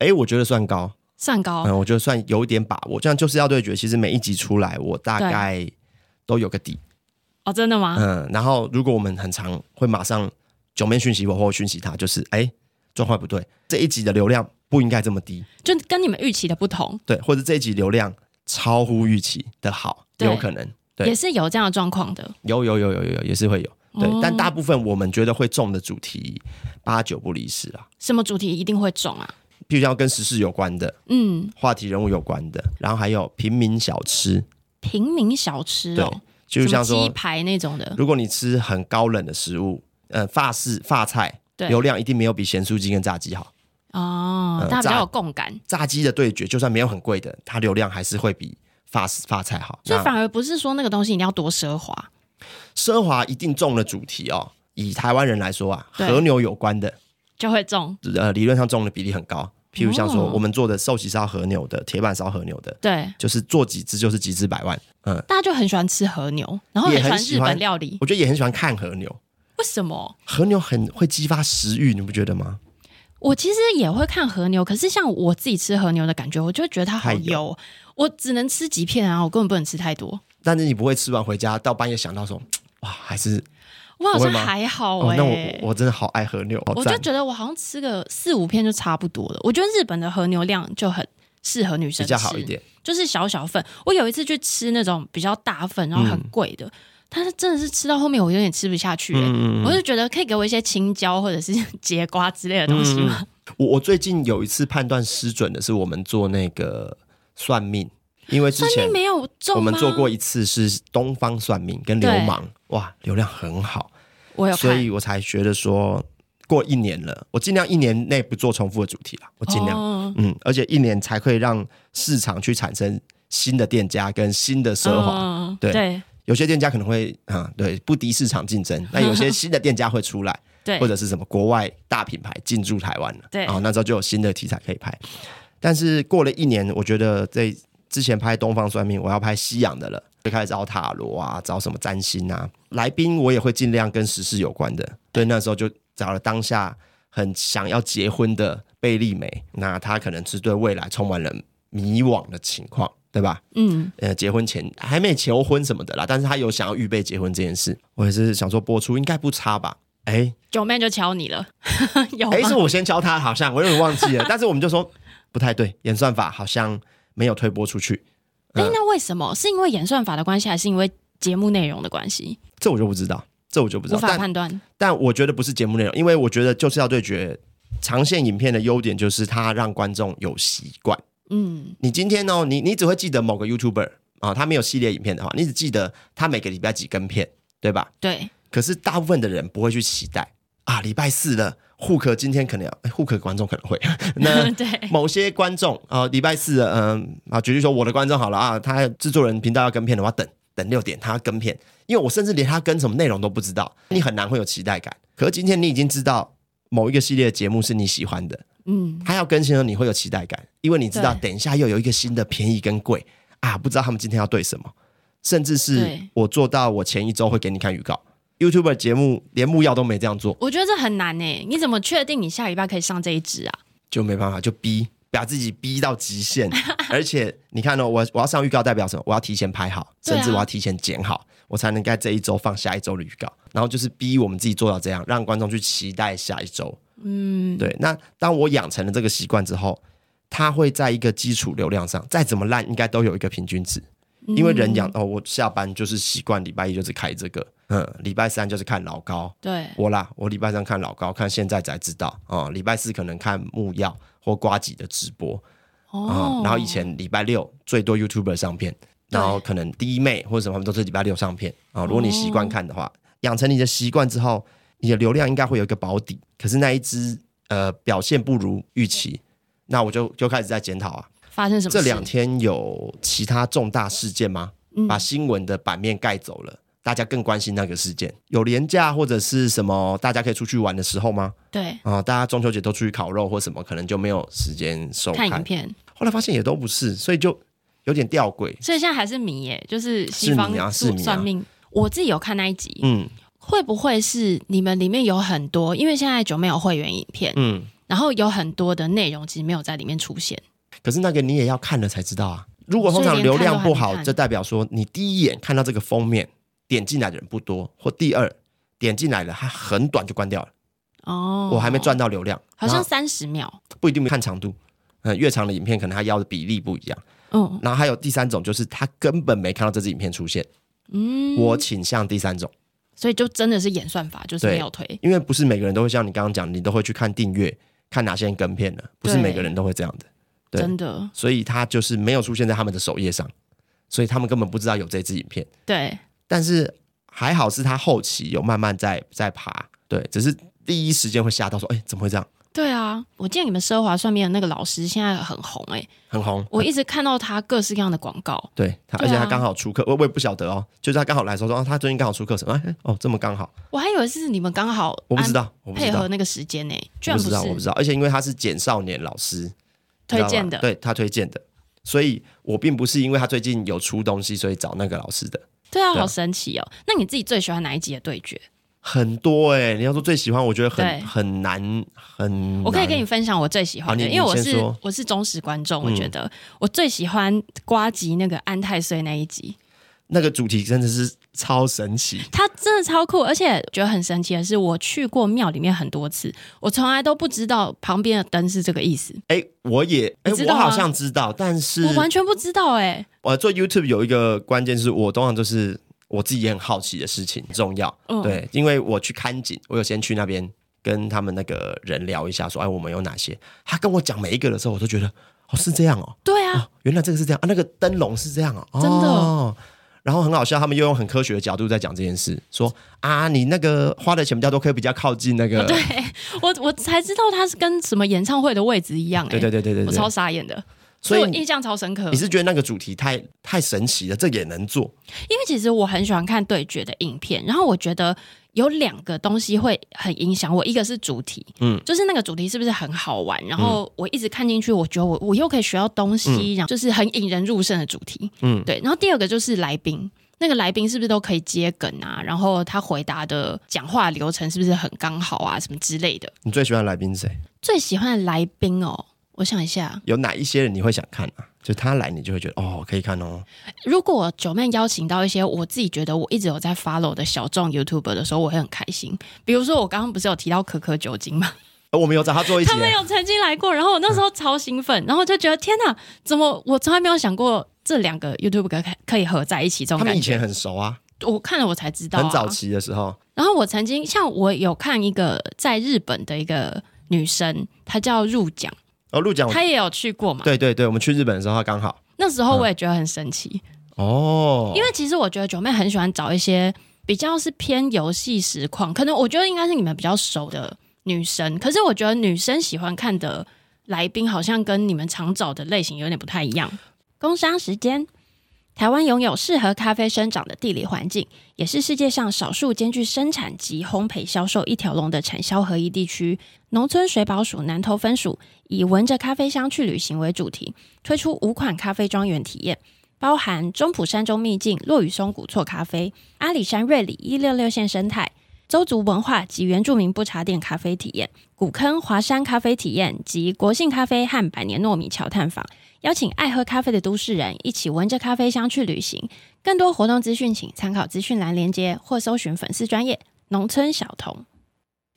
S2: 诶，我觉得算高，
S1: 算高，
S2: 嗯，我觉得算有点把握。这样就是要对决，其实每一集出来，我大概都有个底。
S1: 哦，真的吗？
S2: 嗯，然后如果我们很常会马上九面讯息我或讯息他，就是诶，状况不对，这一集的流量不应该这么低，
S1: 就跟你们预期的不同，
S2: 对，或者这一集流量超乎预期的好，
S1: 对
S2: 有可能。对
S1: 也是有这样的状况的。
S2: 有有有有有有也是会有，对，
S1: 哦
S2: 但大部分我们觉得会中的主题八九不离十啦，
S1: 什么主题一定会中啊？
S2: 譬如像跟时事有关的、
S1: 嗯，
S2: 话题人物有关的，然后还有平民小吃，
S1: 平民小吃
S2: 对
S1: 哦，，
S2: 就像
S1: 什么
S2: 说
S1: 鸡，排那种的，
S2: 如果你吃很高冷的食物，呃，法式法菜，
S1: 对
S2: 流量一定没有比咸酥鸡跟炸鸡好。
S1: 哦，
S2: 嗯
S1: 大家比较
S2: 炸
S1: 有共感，
S2: 炸鸡的对决，就算没有很贵的，它流量还是会比法式法菜好。
S1: 所以
S2: 那
S1: 反而不是说那个东西一定要多奢华
S2: 奢华一定中了主题哦。以台湾人来说啊，
S1: 对
S2: 和牛有关的，
S1: 就会中，
S2: 呃，理论上中的比例很高。譬如像说，
S1: 哦
S2: 我们做的寿喜烧和牛的、铁板烧和牛的，
S1: 对，
S2: 就是做几只就是几只百万。嗯，
S1: 大家就很喜欢吃和牛，然后
S2: 也
S1: 很喜
S2: 很
S1: 欢
S2: 喜
S1: 日本
S2: 欢
S1: 料理，
S2: 我觉得也很喜欢看和牛，
S1: 为什么？
S2: 和牛很会激发食欲，你不觉得吗？
S1: 我其实也会看和牛，可是像我自己吃和牛的感觉，我就会觉得它好
S2: 太油
S1: 油，我只能吃几片啊，我根本不能吃太多。
S2: 但是你不会吃完回家到半夜想到说，哇，还是
S1: 我好像
S2: 不会吗
S1: 还好
S2: 哦
S1: 哎、，
S2: 那我我真的好爱和牛，好
S1: 我就
S2: 赞。
S1: 觉得我好像吃个四五片就差不多了。我觉得日本的和牛量就很适合女生
S2: 比较好一，点，
S1: 就是小小份。我有一次去吃那种比较大份，然后
S2: 嗯
S1: 很贵的，但是真的是吃到后面我有点吃不下去、欸，
S2: 嗯
S1: 我就觉得可以给我一些青椒或者是 节瓜之类的东西吗？
S2: 我我最近有一次判断失准的是，我们做那个算命，因为之
S1: 算
S2: 前
S1: 命没有中
S2: 我们做过
S1: 吗，
S2: 一次是东方算命跟流氓，哇，流量很好，
S1: 我有
S2: 所
S1: 看，
S2: 以我才觉得说过一年了，我尽量一年内不做重复的主题啦，我尽量，
S1: 哦
S2: 嗯，而且一年才可以让市场去产生新的店家跟新的奢华，
S1: 嗯
S2: 对
S1: 对
S2: 有些店家可能会啊、对，不敌市场 竞争，那有些新的店家会出来，
S1: 对，
S2: 或者是什么国外大品牌进驻台湾了，
S1: 对
S2: 啊、那时候就有新的题材可以拍。但是过了一年，我觉得这之前拍东方算命，我要拍西洋的了，就开始找塔罗啊，找什么占星啊，来宾我也会尽量跟时事有关的。对，那时候就找了当下很想要结婚的贝利美，那她可能是对未来充满了迷惘的情况，对吧？
S1: 嗯，
S2: 呃，结婚前还没求婚什么的啦，但是她有想要预备结婚这件事，我也是想说播出应该不差吧？哎、
S1: 九妹就敲你了， 有吗
S2: 哎，？是我先敲他，好像我有点忘记了。但是我们就说不太对，演算法好像没有推播出去，
S1: 哎、那为什么？是因为演算法的关系，还是因为节目内容的关系？
S2: 这我就不知道，这我就不知
S1: 无
S2: 道。
S1: 法
S2: 但
S1: 判断。
S2: 但我觉得不是节目内容，因为我觉得就是要对决长线影片的优点就是它让观众有习惯。
S1: 嗯，
S2: 你今天哦，你你只会记得某个 YouTuber 啊、他没有系列影片的话，你只记得他每个礼拜几更片，对吧？
S1: 对，
S2: 可是大部分的人不会去期待啊，礼拜四了，户口今天可能要，哎户口观众可能会 那。
S1: 对，
S2: 某些观众啊，呃礼、拜四，嗯、啊，举例说我的观众好了啊，他制作人频道要跟片的话，等等六点他要跟片，因为我甚至连他跟什么内容都不知道，你很难会有期待感。可是今天你已经知道某一个系列的节目是你喜欢的，
S1: 嗯，
S2: 他要更新了，你会有期待感，因为你知道
S1: 对
S2: 等一下又有一个新的便宜跟贵啊，不知道他们今天要对什么，甚至是
S1: 对
S2: 我做到我前一周会给你看预告，YouTube 节目连木曜都没这样做，
S1: 我觉得这很难诶、你怎么确定你下礼拜可以上这一支啊？
S2: 就没办法，就逼把自己逼到 极限。而且你看哦，我我要上预告代表什么？我要提前拍好，
S1: 对啊
S2: 甚至我要提前剪好，我才能在这一周放下一周的预告。然后就是逼我们自己做到这样，让观众去期待下一周。
S1: 嗯，
S2: 对，那当我养成了这个习惯之后，它会在一个基础流量上，再怎么烂，应该都有一个平均值。
S1: 嗯
S2: 因为人养哦，我下班就是习惯礼拜一就是开这个，嗯，礼拜三就是看老高，
S1: 对，
S2: 我啦，我礼拜三看老高，看现在才知道哦、礼拜四可能看木曜或瓜吉的直播啊、
S1: 哦，
S2: 然后以前礼拜六最多 YouTuber 上片，然后可能第一妹或者什么他们都是礼拜六上片啊、如果你习惯看的话，养成你的习惯之后，你的流量应该会有一个保底。可是那一只呃表现不如预期，那我就就开始在检讨啊，
S1: 发生什么事？
S2: 这两天有其他重大事件吗？
S1: 嗯
S2: 把新闻的版面盖走了，大家更关心那个事件。有廉价或者是什么，大家可以出去玩的时候吗？
S1: 对，
S2: 啊、大家中秋节都出去烤肉或什么，可能就没有时间收
S1: 看
S2: 看。
S1: 影片，
S2: 后来发现也都不是，所以就有点吊诡。
S1: 所以现在还是迷耶，就是西方
S2: 是迷啊是
S1: 算
S2: 迷啊
S1: 算命。我自己有看那一集，
S2: 嗯
S1: 会不会是你们里面有很多？因为现在九妹有会员影片，
S2: 嗯，
S1: 然后有很多的内容其实没有在里面出现。
S2: 可是那个你也要看了才知道啊。如果通常流量不好，就代表说你第一眼看到这个封面，点进来的人不多，或第二点进来了，它很短就关掉了，
S1: 哦，
S2: 我还没，赚到流量，
S1: 好
S2: 然
S1: 像
S2: 后
S1: 三十秒。
S2: 不一定看长度。嗯，越长的影片可能它要的比例不一样。
S1: 嗯
S2: 然后还有第三种，就是他根本没看到这支影片出现。
S1: 嗯，
S2: 我倾向第三种，
S1: 所以就真的是演算法，就是
S2: 对
S1: 没有推。
S2: 因为不是每个人都会像你刚刚讲，你都会去看订阅，看哪些人跟片了，不是
S1: 对
S2: 每个人都会这样的。对
S1: 真的，
S2: 所以他就是没有出现在他们的首页上，所以他们根本不知道有这支影片。
S1: 对，
S2: 但是还好是他后期有慢慢在在爬，对，只是第一时间会吓到说，哎，怎么会这样？
S1: 对啊，我见你们奢华算命的那个老师现在很红哎、
S2: 很红，
S1: 我一直看到他各式各样的广告，
S2: 对他，
S1: 对
S2: 而
S1: 啊
S2: 且他刚好出课，我我也不晓得哦，就是他刚好来说说，哦，他最近刚好出课程，哎，哎哦，这么刚好，
S1: 我还以为是你们刚好
S2: 我不
S1: 安
S2: 知道，我不知
S1: 配
S2: 道
S1: 合，那个时间呢、居
S2: 我
S1: 然
S2: 不知道，我不
S1: 是
S2: 知道，而且因为他是简少年老师，
S1: 推荐
S2: 你知道吗
S1: 的，
S2: 对他推荐的，所以我并不是因为他最近有出东西，所以找那个老师的。
S1: 对啊，
S2: 对啊
S1: 好神奇哦！那你自己最喜欢哪一集的对决？
S2: 很多哎、你要说最喜欢，我觉得
S1: 对
S2: 很很难，很难
S1: 我可以跟你分享我最喜欢的，
S2: 嗯好你
S1: 因为我
S2: 你
S1: 是
S2: 先说嗯
S1: 我是忠实观众，我觉得我最喜欢瓜吉那个安太岁那一集，
S2: 那个主题真的是超神奇，
S1: 他真的超酷，而且觉得很神奇的是，我去过庙里面很多次，我从来都不知道旁边的灯是这个意思，
S2: 哎、我也哎、
S1: 你知
S2: 我
S1: 道吗
S2: 好像知道，但是
S1: 我完全不知道哎、
S2: 我呃做 YouTube 有一个关键是我通常就是我自己也很好奇的事情很重要，
S1: 嗯
S2: 对，因为我去看景，我有先去那边跟他们那个人聊一下说哎，我们有哪些？他跟我讲每一个的时候，我都觉得哦是这样哦，
S1: 对啊，
S2: 哦，原来这个是这样啊，那个灯笼是这样啊，哦、
S1: 真的
S2: 哦。然后很好笑，他们又用很科学的角度在讲这件事，说啊，你那个花的钱比较多，可以比较靠近 那个，对
S1: 我我才知道它是跟什么演唱会的位置一样、欸，
S2: 哦对对对对对
S1: 我超傻眼的，
S2: 所以
S1: 我印象超深刻。
S2: 你是觉得那个主题太太神奇了，这也能做？
S1: 因为其实我很喜欢看对决的影片，然后我觉得有两个东西会很影响我，一个是主题，嗯
S2: 嗯，
S1: 就是那个主题是不是很好玩，然后我一直看进去，我觉得我我又可以学到东西，然后就是很引人入胜的主题，嗯，
S2: 嗯
S1: 对。然后第二个就是来宾。那个来宾是不是都可以接梗啊？然后他回答的讲话流程是不是很刚好啊？什么之类的。
S2: 你最喜欢的来宾是谁？
S1: 最喜欢的来宾哦，我想一下，
S2: 有哪一些人你会想看啊？就他来，你就会觉得哦，可以看哦。
S1: 如果九妹邀请到一些我自己觉得我一直有在 follow 的小众 YouTuber 的时候，我会很开心。比如说我刚刚不是有提到可可酒精吗？
S2: 呃我们有找他做一集
S1: 他，们有曾经来过，然后我那时候超兴奋，然后就觉得天哪，怎么我从来没有想过这两个 YouTuber 可可以合在一起这
S2: 他
S1: 种
S2: 们
S1: 感
S2: 以前
S1: 觉。
S2: 很熟啊，
S1: 我看了我才知道、啊，
S2: 很早期的时候，
S1: 然后我曾经像我有看一个在日本的一个女生，她叫入奖，
S2: 哦，陆讲，
S1: 她也有去过嘛。
S2: 对嗯对对，我们去日本的时候他刚好
S1: 那时候我也觉得很神奇，
S2: 哦，
S1: 因为其实我觉得九妹很喜欢找一些比较是偏游戏实况，可能我觉得应该是你们比较熟的女生，可是我觉得女生喜欢看的来宾好像跟你们常找的类型有点不太一样。工商时间。台湾拥有适合咖啡生长的地理环境，也是世界上少数兼具生产及烘焙销售一条龙的产销合一地区。农村水保署南投分署以“闻着咖啡香去旅行”为主题，推出五款咖啡庄园体验，包含中埔山中秘境、落羽松古厝咖啡、阿里山瑞里一六六线生态、邹族文化及原住民不茶店咖啡体验、古坑华山咖啡体验及国信咖啡和百年糯米桥探访，邀请爱喝咖啡的都市人一起闻着咖啡香去旅行。更多活动资讯，请参考资讯栏连接或搜寻粉丝专业农村小童。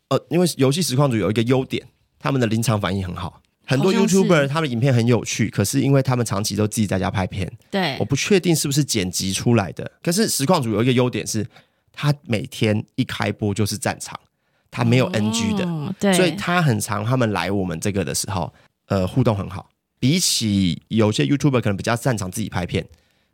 S2: 呃，因为游戏实况组有一个优点，他们的临场反应很好。很多
S1: 好像是
S2: YouTuber 他们影片很有趣，可是因为他们长期都自己在家拍片，
S1: 对
S2: 我，不确定是不是剪辑出来的。可是实况组有一个优点是，他每天一开播就是战场，他没有 NG 的，
S1: 哦对，
S2: 所以他很常他们来我们这个的时候，呃，互动很好。比起有些 YouTuber 可能比较擅长自己拍片，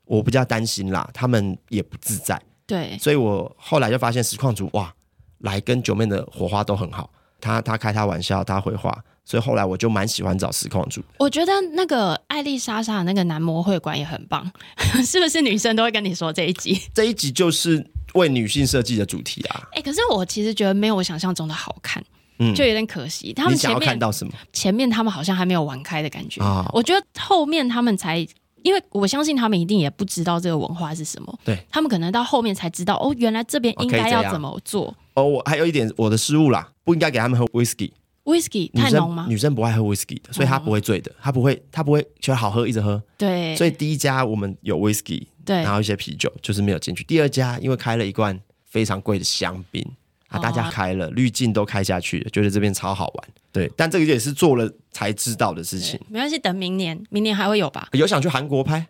S2: 我比较担心啦，他们也不自在。
S1: 对
S2: 所以我后来就发现实况组哇，来跟九妹的火花都很好，他他开他玩笑，他回话，所以后来我就蛮喜欢找实况组。
S1: 我觉得那个艾丽莎莎的那个男模会馆也很棒， 是不是女生都会跟你说这一集？
S2: 这一集就是为女性设计的主题啊，
S1: 哎、可是我其实觉得没有我想象中的好看，
S2: 嗯
S1: 就有点可惜。他
S2: 你
S1: 们前
S2: 想要看
S1: 面
S2: 到什么？
S1: 前面他们好像还没有玩开的感觉，
S2: 啊
S1: 我觉得后面他们才。因为我相信他们一定也不知道这个文化是什么，
S2: 对
S1: 他们可能到后面才知道哦，原来这边
S2: 哦
S1: 应
S2: 可以
S1: 该
S2: 这
S1: 要
S2: 样
S1: 怎么做。
S2: 哦，我还有一点我的失误啦，不应该给他们喝 whisky，
S1: Whisky
S2: 女
S1: 太浓吗哦
S2: 生？女生不爱喝 whisky 的，所以她不会醉的，她不会她不会觉得好喝一直喝。
S1: 对，
S2: 所以第一家我们有 whisky，
S1: 对
S2: 然后一些啤酒，就是没有进去。第二家因为开了一罐非常贵的香槟啊，
S1: 哦
S2: 大家开了滤镜都开下去了，觉得这边超好玩。对，但这个也是做了才知道的事情
S1: 对。没关系，等明年，明年还会有吧？
S2: 有想去韩国拍，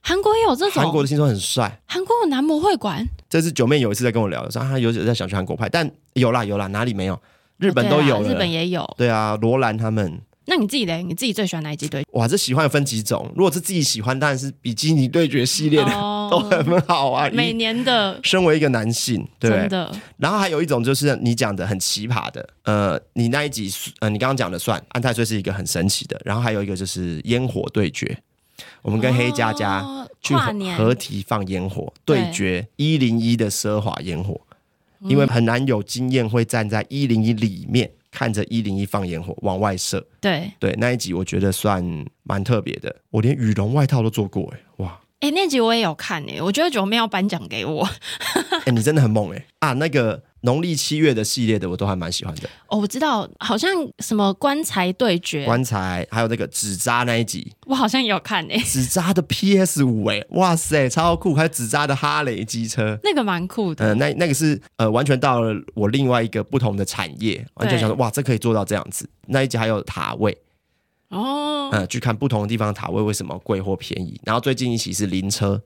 S1: 韩国也有这种，
S2: 韩国的听说很帅。
S1: 韩国有男模会馆，
S2: 这是九妹有一次在跟我聊的，说啊她有在想去韩国拍，但有啦有啦，哪里没有？日本都有
S1: 对
S2: 了，
S1: 啊日本也有。
S2: 对啊，罗兰他们。
S1: 那你自己嘞？你自己最喜欢哪一集对决？
S2: 哇，这喜欢有分几种。如果是自己喜欢，当然是比基尼对决系列的、
S1: 哦
S2: 都很好啊。
S1: 每
S2: 以
S1: 年的
S2: 身为一个男性，对不对
S1: 真的
S2: 然后还有一种就是你讲的很奇葩的，呃，你那一集呃，你刚刚讲的算安太岁是一个很神奇的，然后还有一个就是烟火对决，我们跟黑佳佳
S1: 哦
S2: 去
S1: 跨
S2: 合
S1: 年
S2: 合体放烟火
S1: 对
S2: 对决一零一的奢华烟火，因为很难有经验会站在一零一里面看着一零一放烟火往外射，
S1: 对，
S2: 对那一集我觉得算蛮特别的，我连羽绒外套都做过哎、哇，
S1: 哎、那集我也有看诶、我觉得九妹要颁奖给我
S2: 哎、你真的很猛哎、啊那个农历七月的系列的我都还蛮喜欢的。
S1: 哦。我知道，好像什么棺材对决，
S2: 棺材，还有那个纸扎那一集，
S1: 我好像也有看诶、
S2: 纸扎的 PS 五哎，哇塞，超酷！还有纸扎的哈雷机车，
S1: 那个蛮酷的。
S2: 呃，那那个是呃，完全到了我另外一个不同的产业，完全想说哇，这可以做到这样子。那一集还有塔位，
S1: 哦，
S2: 呃，去看不同的地方塔位为什么贵或便宜。然后最近一期是灵车，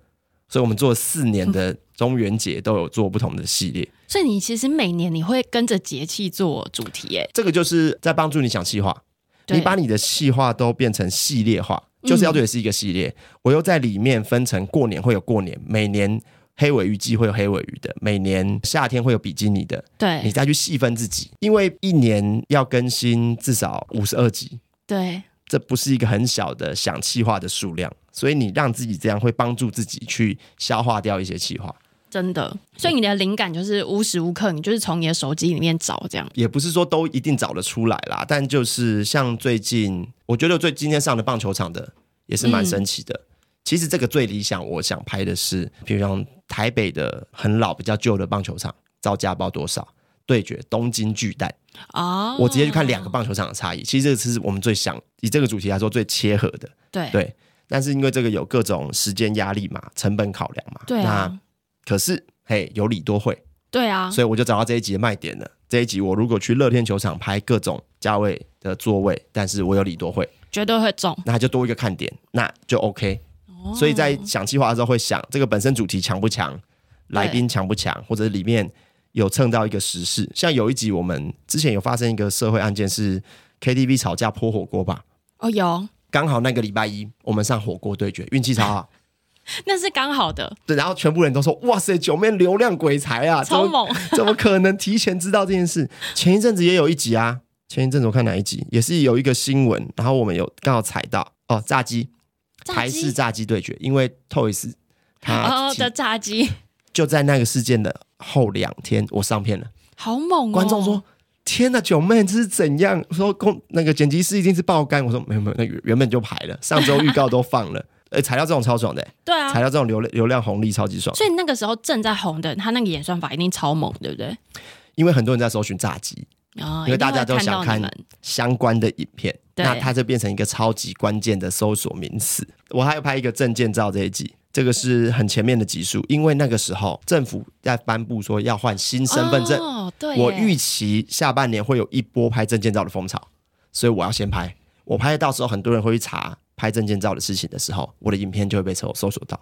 S2: 所以我们做了四年的中元节都有做不同的系列。
S1: 所以你其实每年你会跟着节气做主题诶、
S2: 这个就是在帮助你想细化，
S1: 对
S2: 你把你的细化都变成系列化，就是要对的是一个系列。我又在里面分成过年会有过年，每年黑尾鱼季会有黑尾鱼的，每年夏天会有比基尼的，你
S1: 对
S2: 再去细分自己，因为一年要更新至少五十二集，
S1: 对，
S2: 这不是一个很小的想气化的数量，所以你让自己这样会帮助自己去消化掉一些气化。
S1: 真的。所以你的灵感就是无时无刻，你就是从你的手机里面找这样。
S2: 也不是说都一定找得出来啦，但就是像最近，我觉得最今天上的棒球场的也是蛮神奇的。其实这个最理想，我想拍的是，譬如像台北的很老、比较旧的棒球场，造价包多少？对决东京巨蛋，
S1: 哦，
S2: 我直接去看两个棒球场的差异。其实这个是我们最想以这个主题来说最切合的，
S1: 对
S2: 对。但是因为这个有各种时间压力嘛，成本考量嘛，
S1: 对
S2: 那
S1: 啊，
S2: 可是嘿有理多会，
S1: 对啊，
S2: 所以我就找到这一集的卖点了。这一集我如果去乐天球场拍各种价位的座位，但是我有李多惠，
S1: 绝对会中。
S2: 那它就多一个看点，那就 OK。所
S1: 哦
S2: 以在想计划的时候会想这个本身主题强不强，来宾强不强，或者里面有蹭到一个时事。像有一集我们之前有发生一个社会案件是 KTV 吵架泼火锅吧，
S1: 哦，有，
S2: 刚好那个礼拜一我们上火锅对决，运气超好。
S1: 那是刚好的，
S2: 对，然后全部人都说哇塞，九妹流量鬼才啊，怎
S1: 超
S2: 么
S1: 猛。
S2: 怎么可能提前知道这 件事？前一阵子也有一集啊，前一阵子我看哪一集，也是有一个新闻，然后我们有刚好踩到哦，炸鸡
S1: 炸鸡
S2: 台式炸鸡对决，因为 Toys 他
S1: 哦
S2: 其
S1: 的炸鸡，
S2: 就在那个事件的后两天，我上片了，
S1: 好猛、哦！
S2: 观众说。天呐，九妹这是怎样？说公那个剪辑师一定是爆肝。我说没有没有，那个原本就排了，上周预告都放了。 哎、踩到这种超爽的、
S1: 对啊，
S2: 踩到这种流量流量红利超级爽，
S1: 所以那个时候正在红的，他那个演算法一定超猛，对不对？
S2: 因为很多人在搜寻炸鸡，
S1: 啊、
S2: 因为大家都
S1: 一定会
S2: 想
S1: 到
S2: 看
S1: 你们
S2: 相关的影片，
S1: 对
S2: 那它就变成一个超级关键的搜索名词。我还有拍一个证件照这一集，这个是很前面的集数，因为那个时候政府在颁布说要换新身份证，
S1: 哦，对耶，
S2: 我预期下半年会有一波拍证件照的风潮，所以我要先拍。我拍到时候很多人会去查拍证件照的事情的时候，我的影片就会被搜搜索到。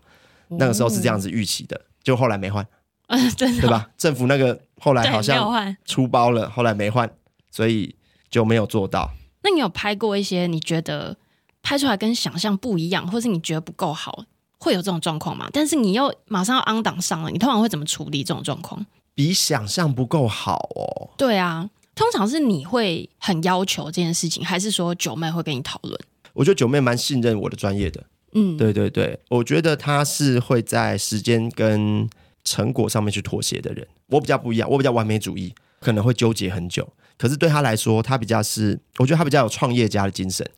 S2: 那个时候是这样子预期的，就后来没换，
S1: 哦，嗯， 真 的
S2: 对吧？政府那个后来
S1: 对，
S2: 好
S1: 没有
S2: 像
S1: 换。
S2: 出包了，后来没换，所以就没有做到。
S1: 那你有拍过一些你觉得拍出来跟想象不一样，或是你觉得不够好，会有这种状况吗？但是你又马上要 on 档上了，你通常会怎么处理这种状况？
S2: 比想象不够好哦。
S1: 对啊，通常是你会很要求这件事情，还是说九妹会跟你讨论？
S2: 我觉得九妹蛮信任我的专业的，
S1: 嗯，
S2: 对对对，我觉得她是会在时间跟成果上面去妥协的人。我比较不一样，我比较完美主义，可能会纠结很久。可是对她来说，她比较是，我觉得她比较有创业家的精神，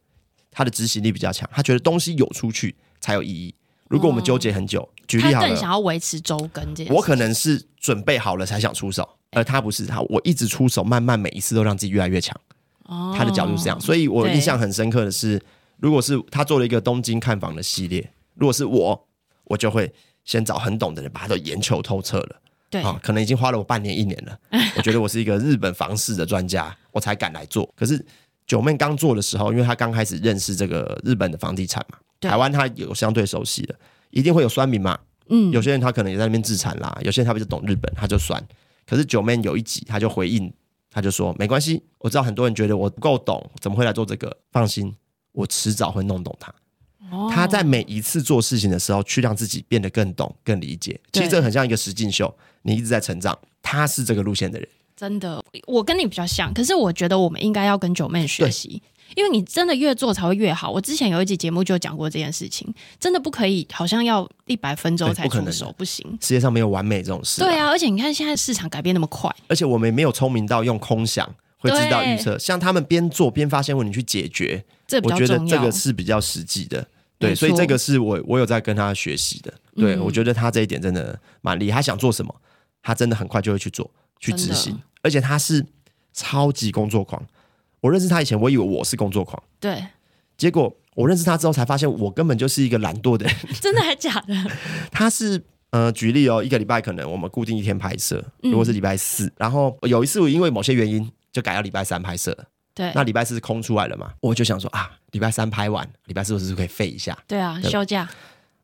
S2: 她的执行力比较强，她觉得东西有出去才有意义。如果我们纠结很久，举例
S1: 他
S2: 好
S1: 哦更
S2: 了，
S1: 想要维持周更这件事。
S2: 我可能是准备好了才想出手，而他不是他，我一直出手，慢慢每一次都让自己越来越强。
S1: 哦
S2: 他的角度是这样，所以我
S1: 对
S2: 印象很深刻的是，如果是他做了一个东京看房的系列，如果是我，我就会先找很懂的人把他都研究透彻了。
S1: 对
S2: 啊，可能已经花了我半年一年 了。我觉得我是一个日本房市的专家，我才敢来做。可是九妹刚做的时候，因为她刚开始认识这个日本的房地产嘛，
S1: 对
S2: 台湾她有相对熟悉的，一定会有酸民嘛。
S1: 嗯
S2: 有些人他可能也在那边自产啦，有些人他比较懂日本，他就酸。可是九妹有一集，他就回应，他就说没关系，我知道很多人觉得我不够懂，怎么会来做这个？放心，我迟早会弄懂它。
S1: 哦
S2: 他在每一次做事情的时候，去让自己变得更懂、更理解。其实
S1: 对
S2: 这很像一个实境秀，你一直在成长。他是这个路线的人，
S1: 真的，我跟你比较像，可是我觉得我们应该要跟九妹学习，因为你真的越做才会越好。我之前有一集节目就讲过这件事情，真的不可以，好像要一百分钟
S2: 对
S1: 才
S2: 不可
S1: 出
S2: 能的
S1: 手，不行。
S2: 世界上没有完美这种事、
S1: 对，啊，而且你看现在市场改变那么快，
S2: 而且我们也没有聪明到用空想会知道
S1: 对
S2: 预测。像他们边做边发现问题去解决，
S1: 这比
S2: 我
S1: 较
S2: 觉得
S1: 重
S2: 这
S1: 要
S2: 个。是比较实际的。
S1: 没
S2: 对，
S1: 错
S2: 所以这个是我我有在跟他学习的。对，
S1: 嗯
S2: 我觉得他这一点真的蛮厉害。他想做什么，他真的很快就会去做、去执
S1: 真
S2: 行
S1: 的，
S2: 而且他是超级工作狂。我认识他以前，我以为我是工作狂，
S1: 对，
S2: 结果我认识他之后才发现，我根本就是一个懒惰的人。
S1: 真的还假的？
S2: 他是呃，举例哦，一个礼拜可能我们固定一天拍摄，
S1: 嗯
S2: 如果是礼拜四，然后有一次我因为某些原因就改到礼拜三拍摄了，
S1: 对
S2: 那礼拜四是空出来了嘛，我就想说啊，礼拜三拍完，礼拜四我是不是可以废一下？
S1: 对啊，
S2: 对
S1: 休假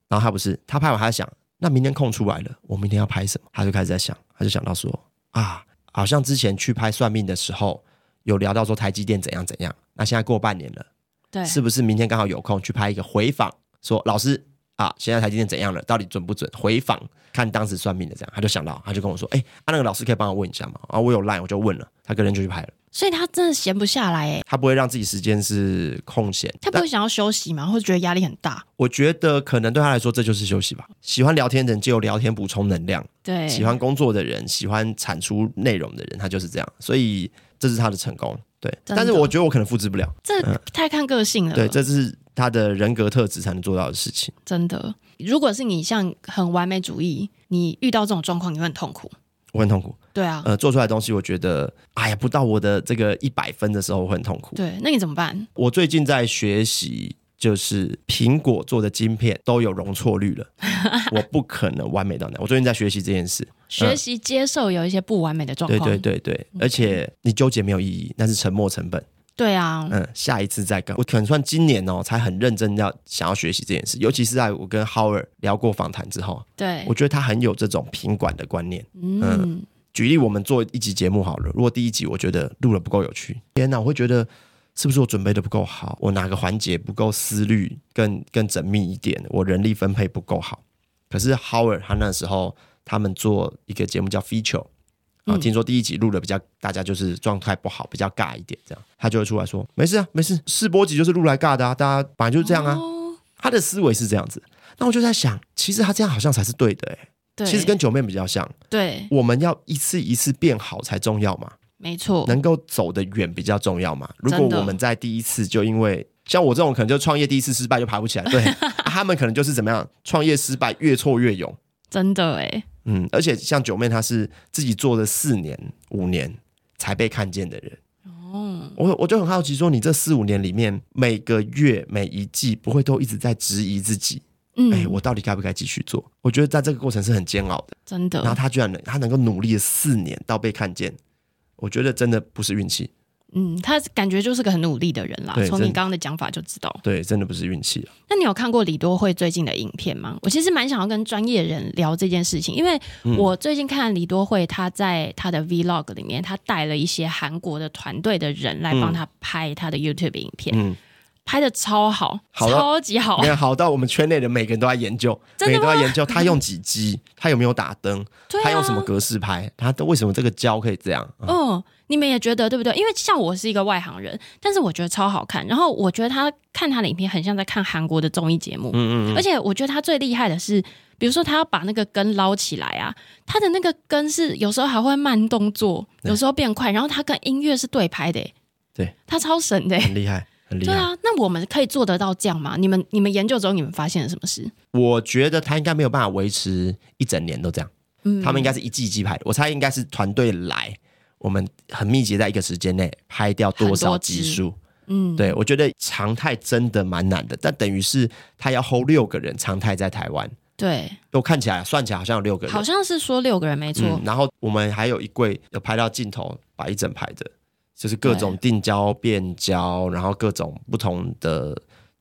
S2: 然后他不是，他拍完他就想，那明天空出来了，我明天要拍什么？他就开始在想，他就想到说啊，好像之前去拍算命的时候有聊到说台积电怎样怎样，那现在过半年了。
S1: 对
S2: 是不是明天刚好有空去拍一个回访？说老师啊，现在台积电怎样了？到底准不准？回访看当时算命的这样，他就想到，他就跟我说，哎、啊那个老师可以帮我问一下吗？啊，我有 line，我就问了，他个人就去拍了，
S1: 所以他真的闲不下来哎，
S2: 他不会让自己时间是空闲。
S1: 他不
S2: 但
S1: 会想要休息嘛，或者觉得压力很大。
S2: 我觉得可能对他来说这就是休息吧。喜欢聊天的人就有聊天补充能量，
S1: 对，
S2: 喜欢工作的人，喜欢产出内容的人，他就是这样，所以这是他的成功。对，
S1: 真的嗯
S2: 但是我觉得我可能复制不了，
S1: 这太看个性了。
S2: 嗯对，这是他的人格特质才能做到的事情。
S1: 真的，如果是你像很完美主义，你遇到这种状况，你会很痛苦。
S2: 我很痛苦，
S1: 对啊，
S2: 呃，做出来的东西，我觉得，哎呀，不到我的这个一百分的时候，我会很痛苦。
S1: 对，那你怎么办？
S2: 我最近在学习，就是苹果做的晶片都有容错率了， 我不可能完美到那。我最近在学习这件事，
S1: 学习接受有一些不完美的状
S2: 对
S1: 况。嗯
S2: 对对对，而且你纠结没有意义，那是沉没成本。
S1: 对啊，
S2: 嗯，下一次再搞。我可能算今年哦，才很认真要想要学习这件事，尤其是在我跟 Howard 聊过访谈之后，
S1: 对
S2: 我，觉得他很有这种品管的观念。
S1: 嗯，
S2: 举例，我们做一集节目好了，如果第一集我觉得录了不够有趣，天哪，我会觉得是不是我准备的不够好，我哪个环节不够思虑更更缜密一点，我人力分配不够好。可是 Howard 他那时候他们做一个节目叫 Feature。啊，
S1: 嗯
S2: 听说第一集录的比较，大家就是状态不好，比较尬一点，这样他就会出来说没事啊，没事，试播集就是录来尬的啊，大家本来就是这样啊。
S1: 哦
S2: 他的思维是这样子，那我就在想，其实他这样好像才是对的、欸，
S1: 对，
S2: 其实跟九妹比较像，
S1: 对，
S2: 我们要一次一次变好才重要嘛，
S1: 没错，
S2: 能够走得远比较重要嘛。如果
S1: 真的
S2: 我们在第一次就因为像我这种可能就创业第一次失败就爬不 起来，对、啊他们可能就是怎么样，创业失败越挫越勇。
S1: 真的哎，
S2: 嗯，而且像九妹她是自己做了四年五年才被看见的人。
S1: 哦，
S2: 我我就很好奇，说你这四五年里面，每个月每一季不会都一直在质疑自己，
S1: 嗯，
S2: 哎、我到底该不该继续做？我觉得在这个过程是很煎熬的。
S1: 真
S2: 然后
S1: 的，
S2: 他居然能，他能够努力了四年到被看见，我觉得真的不是运气，
S1: 嗯，他感觉就是个很努力的人啦
S2: 对。
S1: 从你
S2: 真的
S1: 刚刚的讲法就知道。
S2: 对，真的不是运气啊。
S1: 那你有看过李多慧最近的影片吗？我其实蛮想要跟专业人聊这件事情，因为
S2: 嗯
S1: 我最近看李多慧，她在她的 Vlog 里面，她带了一些韩国的团队的人来帮她拍她的 YouTube 影片，
S2: 嗯
S1: 拍的超好，
S2: 好了
S1: 超级好
S2: 你，看，好到我们圈内的每个人都在研究，每
S1: 哦真的
S2: 个人
S1: 吗
S2: 都在研究他用几机，他有没有打灯，
S1: 对
S2: 他用什么
S1: 啊，
S2: 格式拍，他的为什么这个胶可以这样？啊
S1: 嗯，你们也觉得对不对？因为像我是一个外行人，但是我觉得超好看，然后我觉得她看她的影片很像在看韩国的综艺节目，
S2: 嗯嗯
S1: 而且我觉得他最厉害的是，比如说他要把那个根捞起来啊，他的那个根是有时候还会慢动作，有时候变快，然后他跟音乐是对拍的、欸，
S2: 对，
S1: 他超神的、
S2: 嗯，
S1: 欸。
S2: 很厉害，很厉
S1: 对
S2: 害。
S1: 啊，那我们可以做得到这样吗？你们你们研究之后，你们发现了什么事？
S2: 我觉得他应该没有办法维持一整年都这样，
S1: 嗯
S2: 他们应该是一季一季拍的。我猜应该是团队来，我们很密集在一个时间内拍掉多
S1: 很
S2: 少
S1: 多支
S2: 集数。
S1: 嗯，
S2: 对我觉得常态真的蛮难的，但等于是他要 hold 六个人常态在台湾，
S1: 对，
S2: 我看起来算起来好像有六个人
S1: 好，像是说六个人没错，
S2: 嗯，然后我们还有一柜有拍到镜头摆一整排的，就是各种定焦、变焦，然后各种不同的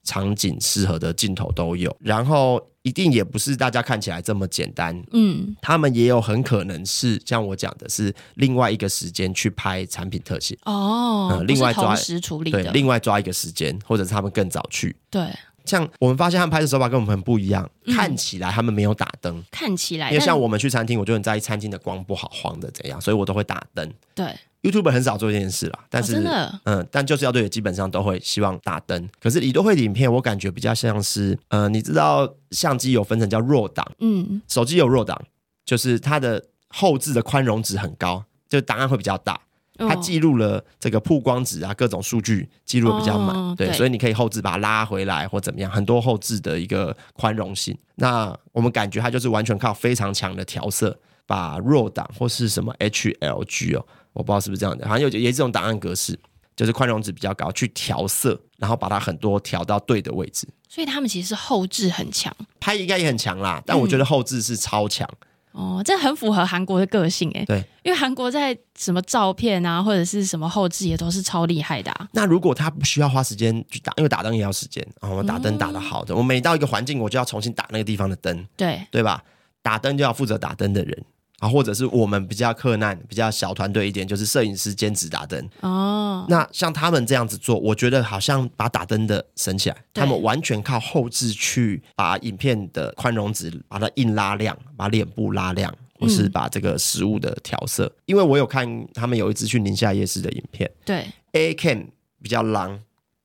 S2: 场景适合的镜头都有。然后一定也不是大家看起来这么简单，
S1: 嗯
S2: 他们也有很可能是像我讲的是另外一个时间去拍产品特写，
S1: 哦，
S2: 嗯
S1: 不
S2: 另外
S1: 是同
S2: 抓
S1: 时处理
S2: 对，
S1: 的，
S2: 另外抓一个时间，或者是他们更早去。
S1: 对，
S2: 像我们发现他们拍的手法跟我们很不一样，看起来他们没有打灯，
S1: 看起来，
S2: 因为像
S1: 嗯哎但
S2: 我们去餐厅，我就很在意餐厅的光不好、黄的怎样，所以我都会打灯。
S1: 对，
S2: YouTube 很少做这件事啦，但
S1: 哦
S2: 是、
S1: 真的
S2: 嗯，但就是要对，基本上都会希望打灯。可是李多慧的影片，我感觉比较像是，呃，你知道相机有分成叫弱档，
S1: 嗯
S2: 手机有弱档，就是它的后置的宽容值很高，就档案会比较大，它
S1: 哦
S2: 记录了这个曝光值啊，各种数据记录的比较满，
S1: 哦
S2: 对，
S1: 对
S2: 所以你可以后置把它拉回来或怎么样，很多后置的一个宽容性。那我们感觉它就是完全靠非常强的调色，把 RAW 档或是什么 HLG 哦，我不知道是不是这样的，好像有也是这种档案格式，就是宽容值比较高，去调色，然后把它很多调到对的位置。
S1: 所以他们其实是后置很强
S2: 拍应该也很强啦，但我觉得后置是超强。
S1: 哦，这很符合韩国的个性哎、
S2: 对，
S1: 因为韩国在什么照片啊，或者是什么后置也都是超厉害的、啊。
S2: 那如果他不需要花时间去打，因为打灯也要时间啊、我打灯打得好的，我每到一个环境，我就要重新打那个地方的灯。
S1: 对，
S2: 对吧？打灯就要负责打灯的人啊，或者是我们比较克难、比较小团队一点，就是摄影师兼职打灯。
S1: 哦，
S2: 那像他们这样子做，我觉得好像把打灯的省起来，
S1: 对
S2: 他们完全靠后置去把影片的宽容值把它硬拉亮，把脸部拉亮。或
S1: 嗯
S2: 是把这个食物的调色，因为我有看他们有一支去宁夏夜市的影片
S1: 对，
S2: ，A cam 比较狼，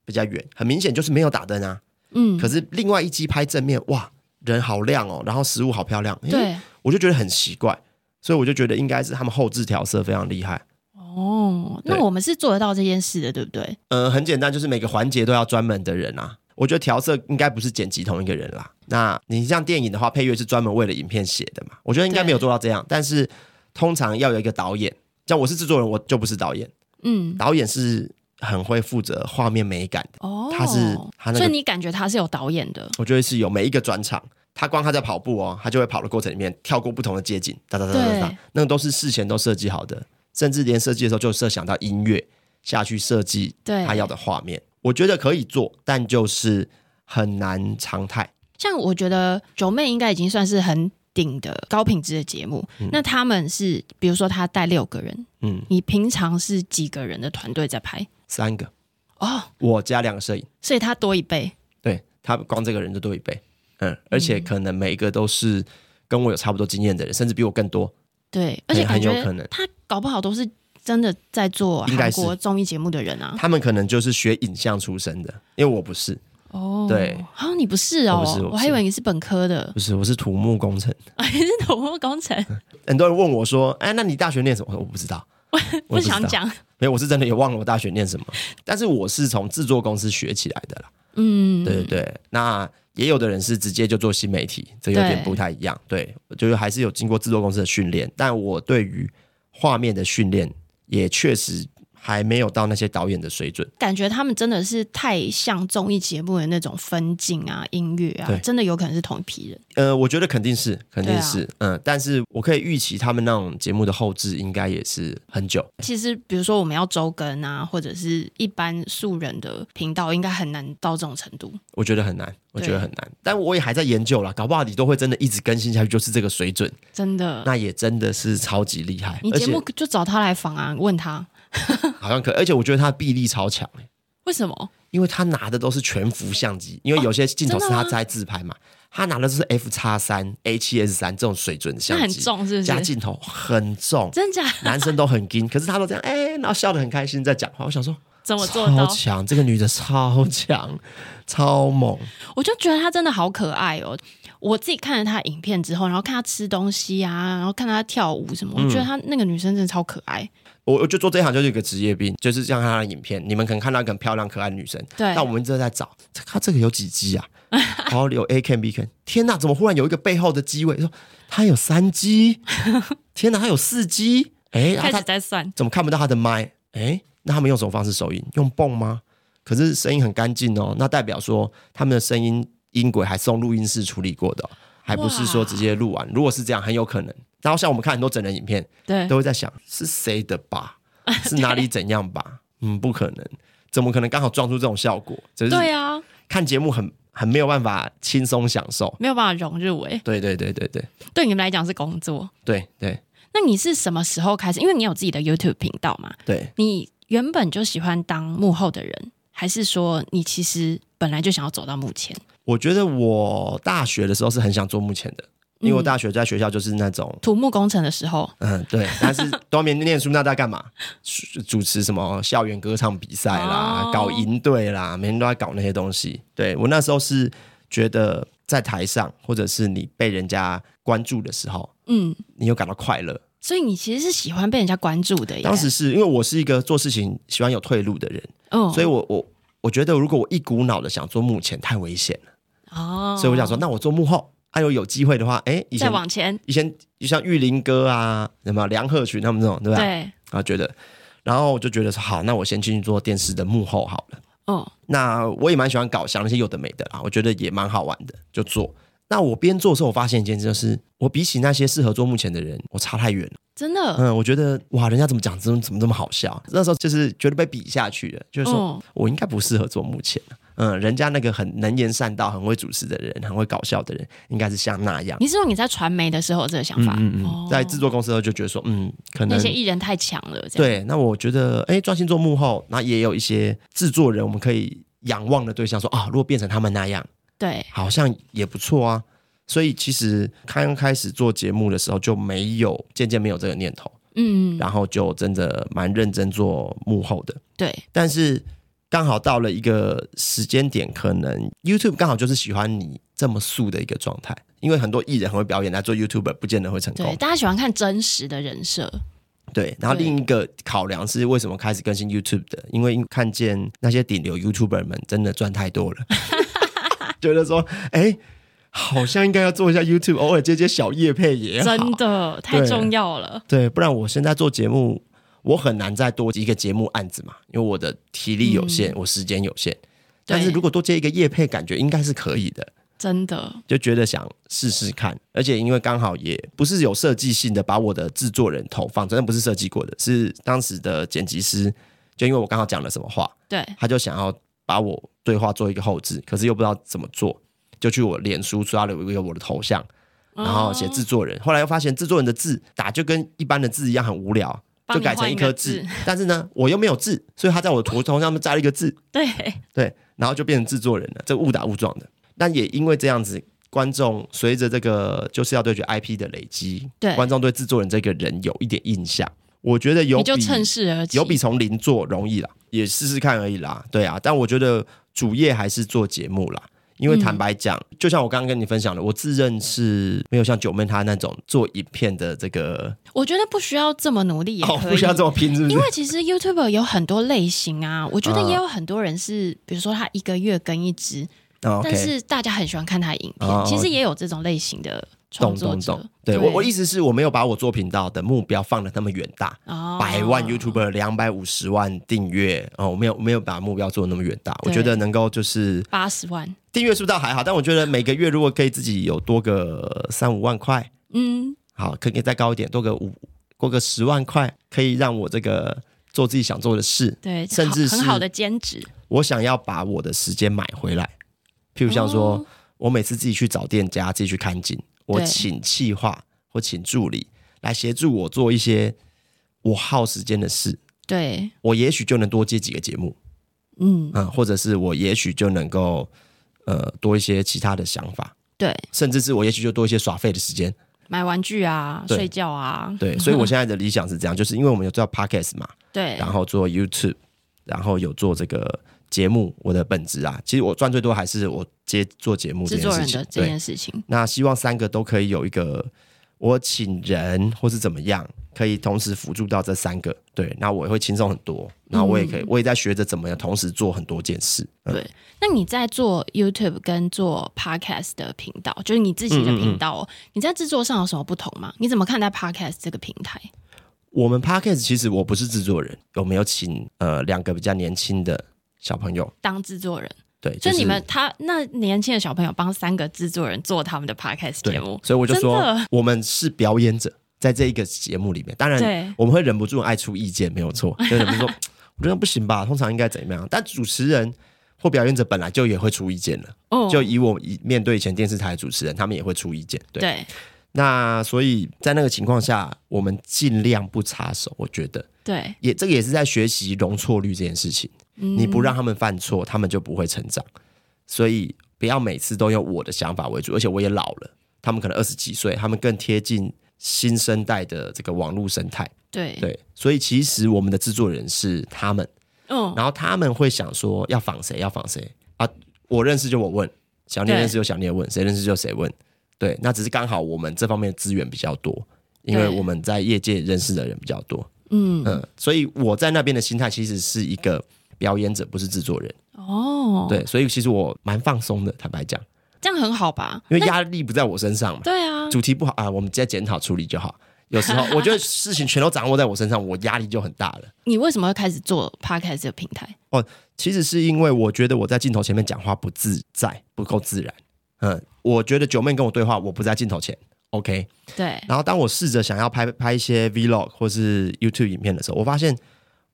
S2: 比较远，很明显就是没有打灯啊。
S1: 嗯，
S2: 可是另外一机拍正面，哇，人好亮哦，然后食物好漂亮，诶
S1: 对，
S2: 我就觉得很奇怪，所以我就觉得应该是他们后置调色非常厉害。
S1: 哦，那
S2: 对
S1: 我们是做得到这件事的，对不对？
S2: 呃，很简单，就是每个环节都要专门的人啊。我觉得调色应该不是剪辑同一个人啦。那你像电影的话，配乐是专门为了影片写的嘛？我觉得应该
S1: 对
S2: 没有做到这样，但是通常要有一个导演。像我是制作人，我就不是导演，
S1: 嗯，
S2: 导演是很会负责画面美感的。
S1: 哦，
S2: 他是他那个
S1: 所以你感觉他是有导演的，
S2: 我觉得是有每一个转场，他光他在跑步哦，他就会跑的过程里面跳过不同的街景，哒哒哒哒
S1: 对
S2: 哒，那个都是事前都设计好的，甚至连设计的时候就设想到音乐下去设计
S1: 对，
S2: 他要的画面。我觉得可以做，但就是很难常态。
S1: 像我觉得九妹应该已经算是很顶的高品质的节目。那他们是，比如说他带六个人，
S2: 嗯，
S1: 你平常是几个人的团队在拍？
S2: 三个，
S1: 哦，
S2: 我加两个摄影，
S1: 所以他多一倍。
S2: 对他光这个人就多一倍，嗯，而且可能每一个都是跟我有差不多经验的人，甚至比我更多。
S1: 对，而且感
S2: 很有
S1: 觉
S2: 可能
S1: 他搞不好都是真的在做
S2: 应该
S1: 韩
S2: 是
S1: 国综艺节目的人啊。
S2: 他们可能就是学影像出身的，因为我不是，
S1: 哦，
S2: 对，
S1: 啊，你不是哦，
S2: 我不是我不是
S1: 还以为你是本科的，
S2: 不是，我是土木工程。
S1: 啊，你是土木工 程，
S2: 很多人问我说：“哎，那你大学念什么？”我说：“我不 知道，我
S1: 不
S2: 也知道
S1: 想。讲。”
S2: 没有，我是真的也忘了我大学念什么，但是我是从制作公司学起来的啦。
S1: 嗯，
S2: 对对对，那也有的人是直接就做新媒体，这有点
S1: 对
S2: 不太一样。对，就是还是有经过制作公司的训练，但我对于画面的训练也确实还没有到那些导演的水准。
S1: 感觉他们真的是太像综艺节目的那种分镜啊、音乐啊
S2: 对，
S1: 真的有可能是同一批人。
S2: 呃，我觉得肯定是，肯
S1: 啊
S2: 定是，嗯，但是我可以预期他们那种节目的后置应该也是很久。
S1: 其实，比如说我们要周更啊，或者是一般素人的频道，应该很难到这种程度。
S2: 我觉得很难，我
S1: 对
S2: 觉得很难，但我也还在研究啦，搞不好你都会真的一直更新下去，就是这个水准，
S1: 真的，
S2: 那也真的是超级厉害，
S1: 嗯你
S2: 而
S1: 节
S2: 且
S1: 目就找他来访啊，问他
S2: 好像可，而且我觉得他的臂力超强、欸
S1: 为什么？
S2: 因为他拿的都是全幅相机，因为有些镜头是
S1: 哦真的吗
S2: 他在自拍嘛，他拿的就是 F 叉三、A 七 S 三这种水准的
S1: 那
S2: 相
S1: 很
S2: 机，
S1: 重是不
S2: 加
S1: 是？
S2: 镜头很重，
S1: 真假？
S2: 男生都很硬，可是他都这样，哎、然后笑得很开心在讲话，我想说。
S1: 怎么做
S2: 超
S1: 到？
S2: 强，这个女的超强，超猛，
S1: 我就觉得他真的好可爱哦。我自己看了他影片之后，然后看他吃东西啊，然后看他跳舞什么，
S2: 嗯
S1: 我觉得他那个女生真的超可爱。
S2: 我我就做这一行就是一个职业病，就是像她的影片，你们可能看到一个很漂亮可爱的女生，
S1: 对
S2: 但我们一直在找这她这个有几肌啊？ 然后有 A can B can，天哪，怎么忽然有一个背后的机位？说她有 三肌，天哪，她有四肌，哎，然后
S1: 开始
S2: 她
S1: 在算，
S2: 怎么看不到她的麦？哎，那他们用什么方式收音？用泵吗？可是声音很干净哦，那代表说他们的声音音轨还是用录音室处理过的哦、还不是说直接录完。如果是这样，很有可能。然后像我们看很多整人影片，
S1: 对
S2: 都会在想是谁的 吧，是哪里怎样吧？嗯，不可能，怎么可能刚好撞出这种效果？只是
S1: 对啊，
S2: 看节目很很没有办法轻松享受。
S1: 没有办法融入诶、
S2: 对对对对对
S1: 对你们来讲是工作。
S2: 对对
S1: 那你是什么时候开始？因为你有自己的 YouTube 频道嘛，
S2: 对，
S1: 你原本就喜欢当幕后的人，还是说你其实本来就想要走到幕前？
S2: 我觉得我大学的时候是很想做幕前的，因
S1: 嗯
S2: 为我大学在学校就是那种。
S1: 土木工程的时候，
S2: 嗯，对，但是都没念书，那在 干嘛？主主持什么校园歌唱比赛啦，
S1: 哦
S2: 搞营队啦，每天都在搞那些东西。对我那时候是觉得在台上，或者是你被人家关注的时候，
S1: 嗯，
S2: 你有感到快乐。
S1: 所以你其实是喜欢被人家关注的耶。
S2: 当时是因为我是一个做事情喜欢有退路的人，
S1: 嗯，
S2: 所以我我我觉得如果我一股脑的想做幕前太危险了，
S1: 哦，
S2: 所以我想说，那我做幕后，还、有有机会的话，哎，以
S1: 再
S2: 前
S1: 往前，
S2: 以前就像玉林哥啊，什么梁鹤群他们这种，对吧？啊
S1: 对，
S2: 然后觉得，然后我就觉得说好，那我先进去做电视的幕后好了。
S1: 哦，
S2: 那我也蛮喜欢搞想那些有的没的啦，我觉得也蛮好玩的，就做。那我边做的时候，我发现一件事，就是我比起那些适合做幕前的人，我差太远了。
S1: 真的，
S2: 嗯，我觉得哇，人家怎么讲，怎么怎么这么好笑？那时候就是觉得被比下去了，就是说、
S1: 嗯
S2: 我应该不适合做幕前。嗯，人家那个很能言善道、很会主持的人、很会搞笑的人，应该是像那样。
S1: 你是说你在传媒的时候有这个想法？
S2: 嗯嗯
S1: 哦
S2: 嗯，在制作公司的时候就觉得说，嗯，可能
S1: 那些艺人太强了，这样。
S2: 对，那我觉得，哎，专心做幕后，那也有一些制作人，我们可以仰望的对象说，啊，如果变成他们那样，
S1: 对
S2: 好像也不错啊。所以其实刚开始做节目的时候就没有，渐渐没有这个念头，
S1: 嗯，
S2: 然后就真的蛮认真做幕后的。
S1: 对，
S2: 但是刚好到了一个时间点，可能 YouTube 刚好就是喜欢你这么素的一个状态，因为很多艺人很会表演，来做 YouTuber 不见得会成功
S1: 对，。大家喜欢看真实的人设，
S2: 对，然后
S1: 对
S2: 另一个考量是为什么开始更新 YouTube 的，因为看见那些顶流 YouTuber 们真的赚太多了， 觉得说，哎，好像应该要做一下 YouTube，偶尔接接小叶配也好，
S1: 真的太
S2: 对
S1: 重要了。
S2: 对，不然我现在做节目，我很难再多一个节目案子嘛，因为我的体力有限，我时间有限。但是
S1: 嗯对
S2: 如果多接一个叶配，感觉应该是可以的，
S1: 真的，
S2: 就觉得想试试看。而且因为刚好也不是有设计性的把我的制作人投放，真的不是设计过的，是当时的剪辑师，就因为我刚好讲了什么话，
S1: 对，
S2: 他就想要把我对话做一个后置，可是又不知道怎么做，就去我脸书刷了一个我的头像，
S1: 哦
S2: 然后写制作人。后来又发现制作人的字打就跟一般的字一样很无聊，
S1: 嗯帮
S2: 就
S1: 你
S2: 改成
S1: 换一
S2: 颗
S1: 个
S2: 痣
S1: 字。
S2: 但是呢，我又没有痣，所以他在我的图头上面加了一个痣，
S1: 对，
S2: 对，然后就变成制作人了，这误打误撞的。但也因为这样子。观众随着这个就是要对决 IP 的累积，
S1: 对
S2: 观众对制作人这个人有一点印象，我觉得有
S1: 你就
S2: 比
S1: 趁势而起，
S2: 有比从零做容易啦，也试试看而已啦。对啊，但我觉得主业还是做节目啦。因为
S1: 嗯
S2: 坦白讲，就像我刚刚跟你分享的，我自认是没有像九妹她那种做影片的这个
S1: 我觉得不需要这么努力也
S2: 哦，
S1: 可
S2: 不
S1: 以。
S2: 需要这么拼，是不是
S1: 因为？其实 YouTube 有很多类型啊，我
S2: 嗯
S1: 觉得也有很多人是，比如说他一个月更一支，
S2: 哦
S1: 但是大家很喜欢看他的影片，
S2: 哦
S1: 其实也有这种类型的创
S2: 懂
S1: 作
S2: 懂
S1: 者，
S2: 懂，对我我意思是我没有把我做频道的目标放的那么远大，
S1: 哦
S2: 百万 YouTuber 两百五十万订阅哦，我没有没有把目标做的那么远大，我
S1: 对
S2: 觉得能够就是
S1: 八十万，
S2: 订阅数倒还好，但我觉得每个月如果可以自己有多个三五万块，
S1: 嗯，
S2: 好，可以再高一点，多个五多个十万块，可以让我这个做自己想做的事，
S1: 对，
S2: 甚至
S1: 好
S2: 是
S1: 很好的兼职，
S2: 我想要把我的时间买回来。譬如像说，
S1: 哦
S2: 我每次自己去找店家，自己去看景，我
S1: 对
S2: 请企划或请助理来协助我做一些我耗时间的事，
S1: 对，
S2: 我也许就能多接几个节目，
S1: 嗯，
S2: 嗯，或者是我也许就能够呃多一些其他的想法，
S1: 对，
S2: 甚至是我也许就多一些耍废的时间。
S1: 买玩具啊，
S2: 对
S1: 睡觉啊，
S2: 对，所以我现在的理想是这样，就是因为我们有做 podcast 嘛，
S1: 对，
S2: 然后做 YouTube，然后有做这个节目。我的本职啊，其实我赚最多还是我接做节目这
S1: 制
S2: 件
S1: 作
S2: 事
S1: 人
S2: 情
S1: 的。这
S2: 对，
S1: 件事情，
S2: 那希望三个都可以有一个我请人或是怎么样，可以同时辅助到这三个。对，那我也会轻松很多。然后我也可以，
S1: 嗯
S2: 我也在学着怎么样同时做很多件事。嗯
S1: 对。那你在做 YouTube 跟做 Podcast 的频道，就是你自
S2: 嗯
S1: 己的频道、哦，你在制作上有什么不同吗？你怎么看待 Podcast 这个平台？
S2: 我们 podcast 其实我不是制作人，我们有请呃两个比较年轻的小朋友。
S1: 当制作人，
S2: 对，
S1: 所
S2: 就
S1: 以
S2: 是
S1: 你们他那年轻的小朋友帮三个制作人做他们的 podcast
S2: 对
S1: 节目，
S2: 所以我就
S1: 真
S2: 说
S1: 的
S2: 我们是表演者，在这一个节目里面，当
S1: 对
S2: 然我们会忍不住爱出意见，没有错，就忍不住 说我觉得不行吧，通常应该怎么样？但主持人或表演者本来就也会出意见了，
S1: 哦
S2: 就以我以面对以前电视台的主持人，他们也会出意见。对，
S1: 对
S2: 那所以在那个情况下，我们尽量不插手，我觉得。
S1: 对
S2: 也这个也是在学习容错率这件事情。
S1: 嗯
S2: 你不让他们犯错，他们就不会成长。所以不要每次都用我的想法为主，而且我也老了，他们可能二十几岁，他们更贴近新生代的这个网络生态。
S1: 对
S2: 对，所以其实我们的制作人是他们，
S1: 嗯，
S2: 然后他们会想说要仿谁，要仿谁啊？我认识就我问，小聂
S1: 对
S2: 认识就小聂问，谁认识就谁问。对，那只是刚好我们这方面的资源比较多，因为
S1: 对
S2: 我们在业界认识的人比较多。
S1: 嗯
S2: 嗯，所以我在那边的心态其实是一个表演者，不是制作人。
S1: 哦，
S2: 对，所以其实我蛮放松的，坦白讲，
S1: 这样很好吧？
S2: 因为
S1: 那
S2: 压力不在我身上嘛，
S1: 对啊，
S2: 主题不好啊，我们直接检讨处理就好。有时 候我觉得事情全都掌握在我身上，我压力就很大了。
S1: 你为什么会开始做 podcast 这个平台？
S2: 其实是因为我觉得我在镜头前面讲话不自在，不够自然。嗯，我觉得九妹跟我对话，我不在镜头前，OK。
S1: 对
S2: 然后当我试着想要拍拍一些 vlog 或是 YouTube 影片的时候，我发现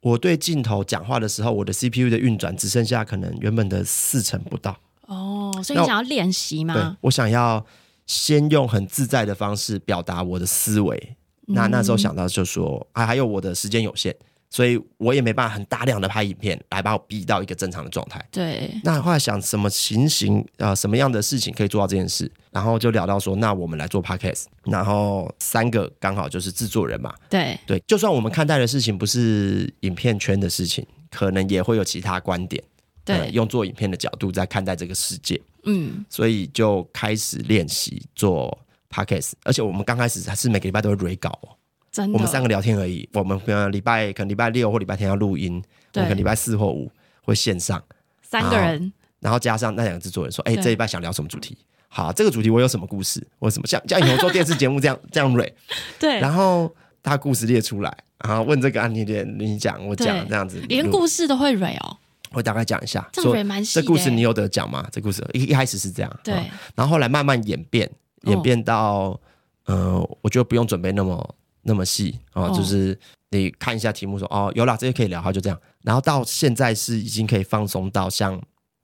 S2: 我对镜头讲话的时候，我的 CPU 的运转只剩下可能原本的四成不到。
S1: 哦，所以你
S2: 那我
S1: 想要练习
S2: 对
S1: 吗？
S2: 我想要先用很自在的方式表达我的思维。那那时候想到就说啊，还有我的时间有限，所以我也没办法很大量的拍影片来把我逼到一个正常的状态。
S1: 对
S2: 那后来想什么情形啊、呃什么样的事情可以做到这件事，然后就聊到说，那我们来做 podcast，然后三个刚好就是制作人嘛，
S1: 对
S2: 对，就算我们看待的事情不是影片圈的事情，可能也会有其他观点，呃
S1: 对，
S2: 用做影片的角度在看待这个世界，
S1: 嗯，
S2: 所以就开始练习做 podcast，而且我们刚开始还是每个礼拜都会 re 稿、哦，
S1: 真
S2: 我们三
S1: 的，
S2: 个聊天而已，我们可能礼拜可能礼拜六或礼拜天要录音，我
S1: 对
S2: 们可能礼拜四或五会线上。
S1: 三个人，
S2: 然后加上那两个制作人说：“哎、
S1: 对
S2: 这一拜想聊什么主题？好，啊这个主题我有什么故事？我有什么像像以前我做电视节目这样这样蕊，
S1: 对，
S2: 然后他故事列出来，然后问这个啊，你你你讲，我讲
S1: 对
S2: 这样子，
S1: 连
S2: 录
S1: 故事都会蕊哦，
S2: 我大概讲一下，
S1: 这样
S2: 说
S1: 蕊蛮细
S2: 这
S1: 的欸。
S2: 故事你有得讲吗？这故事一一开始是这样，
S1: 对
S2: 嗯然后后来慢慢演变，
S1: 哦
S2: 演变到、呃，我觉得不用准备那么那么细啊、
S1: 哦
S2: 就是你看一下题目说哦，有啦，这些可以聊，他就这样。然后到现在是已经可以放松到像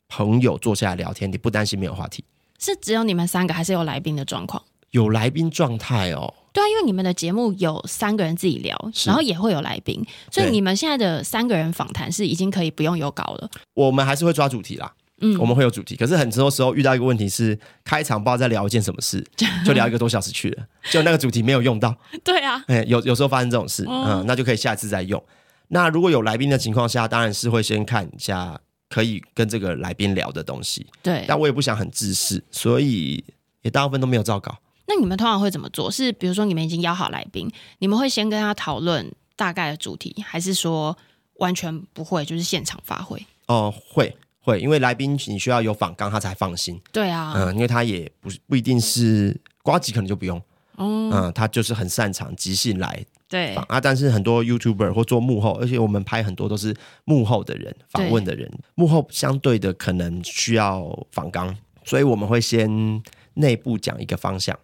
S2: 朋友坐下来聊天，你不担心没有话题，
S1: 是只有你们三个，还是有来宾的状况？
S2: 有来宾状态哦。
S1: 对啊，因为你们的节目有三个人自己聊，
S2: 是
S1: 然后也会有来宾，所以
S2: 对
S1: 你们现在的三个人访谈是已经可以不用有稿了。
S2: 我们还是会抓主题啦，
S1: 嗯
S2: 我们会有主题，可是很多时候遇到一个问题是，开场不知道在聊一件什么 事，就聊一个多小时去了，就那个主题没有用到，
S1: 对啊，
S2: 哎、有有时候发生这种事，
S1: 哦
S2: 嗯，那就可以下次再用。那如果有来宾的情况下，当然是会先看一下可以跟这个来宾聊的东西，
S1: 对。
S2: 但我也不想很自私，所以也大部分都没有照稿。
S1: 那你们通常会怎么做？是比如说你们已经邀好来宾，你们会先跟他讨论大概的主题，还是说完全不会，就是现场发挥？
S2: 哦、会会，因为来宾你需要有访纲，他才放心。
S1: 对啊，
S2: 嗯、因为他也不是不一定是瓜吉，可能就不用。嗯、他就是很擅长即兴来
S1: 哦对
S2: 访啊。但是很多 YouTuber 或做幕后，而且我们拍很多都是幕后的人访问的人，幕后相对的可能需要访纲，所以我们会先内部讲一个方向。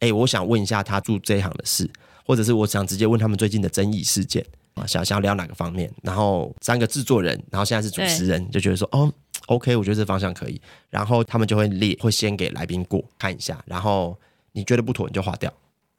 S2: 哎，我想问一下他做这一行的事，或者是我想直接问他们最近的争议事件啊，想想要聊哪个方面。然后三个制作人，然后现在是主持人，就觉得说哦，OK，我觉得这方向可以。然后他们就会列，会先给来宾过看一下，然后你觉得不妥你就划掉，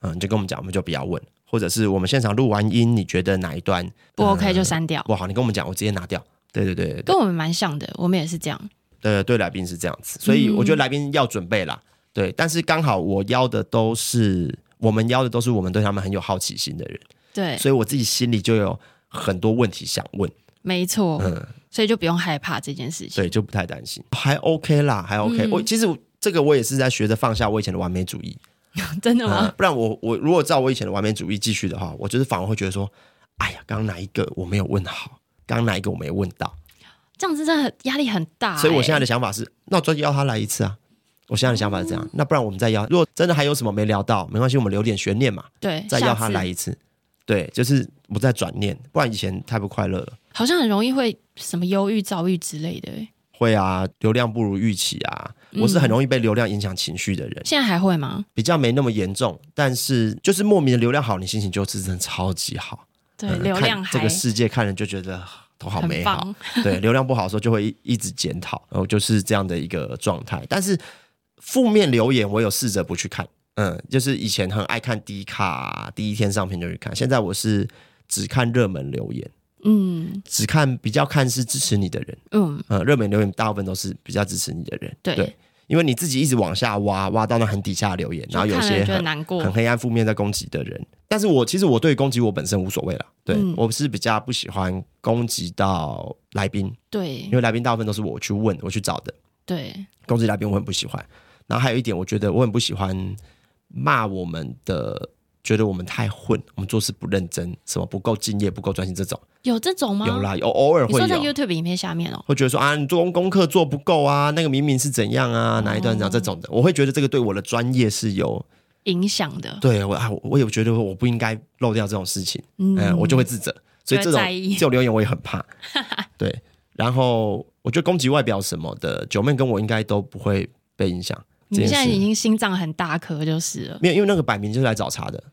S2: 嗯，你就跟我们讲，我们就不要问，或者是我们现场录完音，你觉得哪一段
S1: 不 OK 就
S2: 呃
S1: 删掉，
S2: 不好，你跟我们讲，我直接拿掉。对对对对对
S1: 跟我们蛮像的，我们也是这样。
S2: 呃，对来宾是这样子，所以我觉得来宾要准备啦。对，但是刚好我邀的都是我们邀的都是我们对他们很有好奇心的人，
S1: 对，
S2: 所以我自己心里就有很多问题想问，
S1: 没错，
S2: 嗯
S1: 所以就不用害怕这件事情。
S2: 对，就不太担心，还 OK 啦，还 OK、我其实这个我也是在学着放下我以前的完美主义，
S1: 真的
S2: 嗯
S1: 吗？
S2: 不然我我如果照我以前的完美主义继续的话，我就是反而会觉得说，哎呀，刚刚哪一个我没有问好，刚刚哪一个我没问到，
S1: 这样子真的很压力很大欸、
S2: 所以我现在的想法是，那我就邀他来一次啊。我现在的想法是这样，
S1: 嗯
S2: 那不然我们再邀，如果真的还有什么没聊到，没关系，我们留点悬念嘛，
S1: 对
S2: 再邀他，
S1: 下
S2: 来
S1: 次
S2: 一次。对，就是不再转念，不然以前太不快乐了。
S1: 好像很容易会什么忧郁、躁郁之类的欸、
S2: 会啊，流量不如预期啊，
S1: 嗯
S2: 我是很容易被流量影响情绪的人，
S1: 现在还会吗？
S2: 比较没那么严重，但是就是莫名的流量好，你心情就是真的超级好。
S1: 对，
S2: 嗯
S1: 流量
S2: 看
S1: 还
S2: 这个世界看人就觉得都好
S1: 很
S2: 美好，
S1: 棒，
S2: 对，流量不好的时候就会一一直检讨，然后就是这样的一个状态。但是负面留言我有试着不去看，嗯，就是以前很爱看低卡、第一天上片就去看，现在我是只看热门留言，
S1: 嗯
S2: 只看比较看是支持你的人，
S1: 嗯，
S2: 呃、热门留言大部分都是比较支持你的人，
S1: 对
S2: 因为你自己一直往下挖，挖到那很底下的留言，然后有
S1: 就看
S2: 些
S1: 了觉得
S2: 很
S1: 难过
S2: 很，黑暗、负面在攻击的人。但是我其实我对于攻击我本身无所谓了，对、
S1: 嗯
S2: 我是比较不喜欢攻击到来宾，
S1: 对
S2: 因为来宾大部分都是我去问、我去找的，
S1: 对，
S2: 攻击来宾我很不喜欢。然后还有一点，我觉得我很不喜欢骂我们的，觉得我们太混，我们做事不认真，什么不够敬业、不够专心这种，
S1: 有这种吗？
S2: 有啦，有偶尔
S1: 你
S2: 会
S1: 说在
S2: 有。
S1: YouTube 影片下面哦、
S2: 会觉得说啊，你做功功课做不够啊，那个明明是怎样啊，哪一段
S1: 哦
S2: 讲这种的，我会觉得这个对我的专业是有
S1: 影响的，
S2: 对我啊，我我也觉得我不应该漏掉这种事情，
S1: 嗯
S2: 嗯、我就会自责，所以
S1: 就会
S2: 这种
S1: 在意
S2: 这种留言我也很怕。对，然后我觉得攻击外表什么的，九妹跟我应该都不会被影响。
S1: 你
S2: 这
S1: 现在
S2: 件
S1: 已
S2: 事
S1: 经心脏很大颗就是了，
S2: 没有，因为那个摆明就是来找茬的。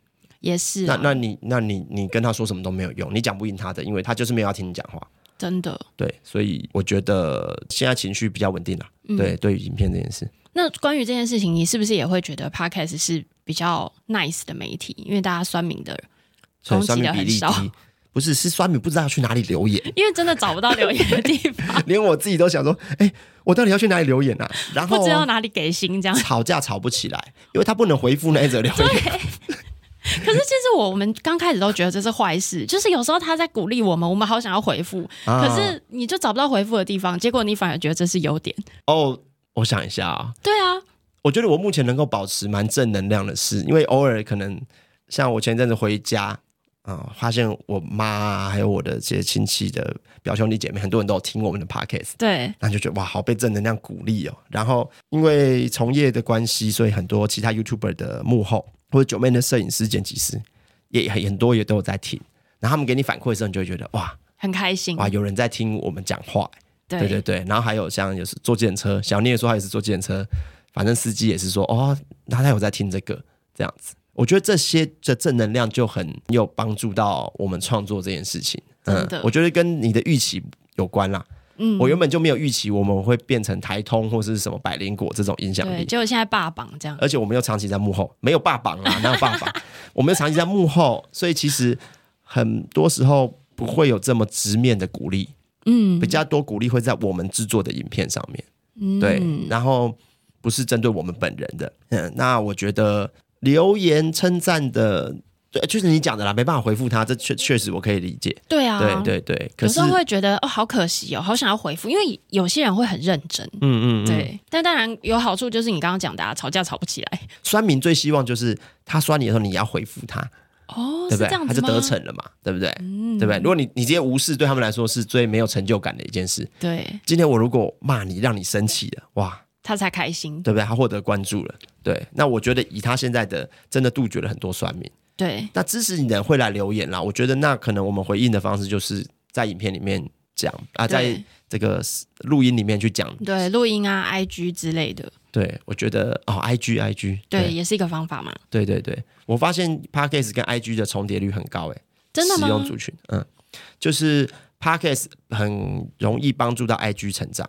S1: 也是
S2: 那
S1: 啊，
S2: 那你那你你跟他说什么都没有用，你讲不赢他的，因为他就是没有要听你讲话。
S1: 真的。
S2: 对，所以我觉得现在情绪比较稳定了。对，对于影片这件事，
S1: 嗯那关于这件事情，你是不是也会觉得 Podcast 是比较 nice 的媒体？因为大家酸民的，
S2: 所
S1: 攻
S2: 以
S1: 击
S2: 酸
S1: 得
S2: 民比
S1: 很
S2: 例
S1: 少
S2: 低， 不是是酸民不知道要去哪里留言。
S1: 因为真的找不到留言的地 方，
S2: 连我自己都想说，哎、我到底要去哪里留言啊？然后
S1: 不知道哪里给星这样。
S2: 吵架吵不起来，因为他不能回复那一则留言。
S1: 可是其实我我们刚开始都觉得这是坏事，就是有时候他在鼓励我们，我们好想要回复，
S2: 啊
S1: 可是你就找不到回复的地方，结果你反而觉得这是优点。
S2: 哦，我想一下啊，
S1: 对啊，
S2: 我觉得我目前能够保持蛮正能量的是，因为偶尔可能像我前一阵子回家啊、发现我妈啊还有我的这些亲戚的表兄弟姐妹，很多人都有听我们的 podcast。
S1: 对，
S2: 那就觉得哇，好被正能量鼓励哦。然后因为从业的关系，所以很多其他 YouTuber 的幕后或者九妹的摄影师、剪辑师也很很多也都有在听。然后他们给你反馈的时候，你就会觉得哇
S1: 很开心。
S2: 哇，有人在听我们讲话、
S1: 对
S2: 对对对，然后还有像有时坐电车，小聂说他也是坐电车，反正司机也是说哦，那他有在听这个这样子。我觉得这些的正能量就很有帮助到我们创作这件事情。嗯
S1: 真的
S2: 我觉得跟你的预期有关啦。
S1: 嗯
S2: 我原本就没有预期我们会变成台通或是什么百灵果这种影响
S1: 对
S2: 力，
S1: 结果现在霸榜这样。
S2: 而且我们又长期在幕后，没有霸榜啊， 哪有霸榜？我们又长期在幕后，所以其实很多时候不会有这么直面的鼓励。
S1: 嗯
S2: 比较多鼓励会在我们制作的影片上面，
S1: 嗯，
S2: 对，然后不是针对我们本人的。嗯，那我觉得留言称赞的，对，就是你讲的啦，没办法回复他，这确确实我可以理解。
S1: 对啊，
S2: 对对对，可
S1: 有
S2: 是
S1: 时候会觉得哦，好可惜哦，好想要回复，因为有些人会很认真。
S2: 嗯嗯嗯，
S1: 对，但当然有好处，就是你刚刚讲的、啊，吵架吵不起来。
S2: 酸民最希望就是他酸你的时候，你要回复他。
S1: 哦，
S2: 对不
S1: 是
S2: 对？
S1: 这样
S2: 他
S1: 子
S2: 就
S1: 吗？
S2: 得逞了嘛，对不对？
S1: 嗯
S2: 对不对？如果你你今天无视，对他们来说是最没有成就感的一件事。
S1: 对
S2: 今天我如果骂你，让你生气了，哇，
S1: 他才开心。
S2: 对不对？他获得关注了，对。那我觉得以他现在的，真的杜绝了很多酸民。
S1: 对，
S2: 那支持你的人会来留言啦，我觉得那可能我们回应的方式就是在影片里面讲啊，在
S1: 对
S2: 这个录音里面去讲。
S1: 对，录音啊、IG 之类的，
S2: 对，我觉得哦，IG IG，
S1: 对，也是一个方法嘛。
S2: 对对对，我发现 Podcast 跟 IG 的重叠率很高诶、欸
S1: 真的
S2: 使用
S1: 吗？
S2: 族群，嗯，就是 Podcast 很容易帮助到 IG 成长，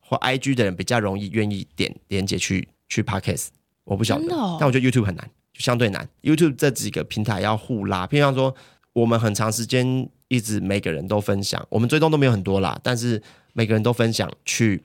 S2: 或 IG 的人比较容易愿意点连接去去 Podcast。我不晓得，
S1: 真的哦
S2: 但我觉得 YouTube 很难，就相对难。YouTube 这几个平台要互拉，譬如像说，我们很长时间一直每个人都分享，我们追踪都没有很多啦，但是每个人都分享去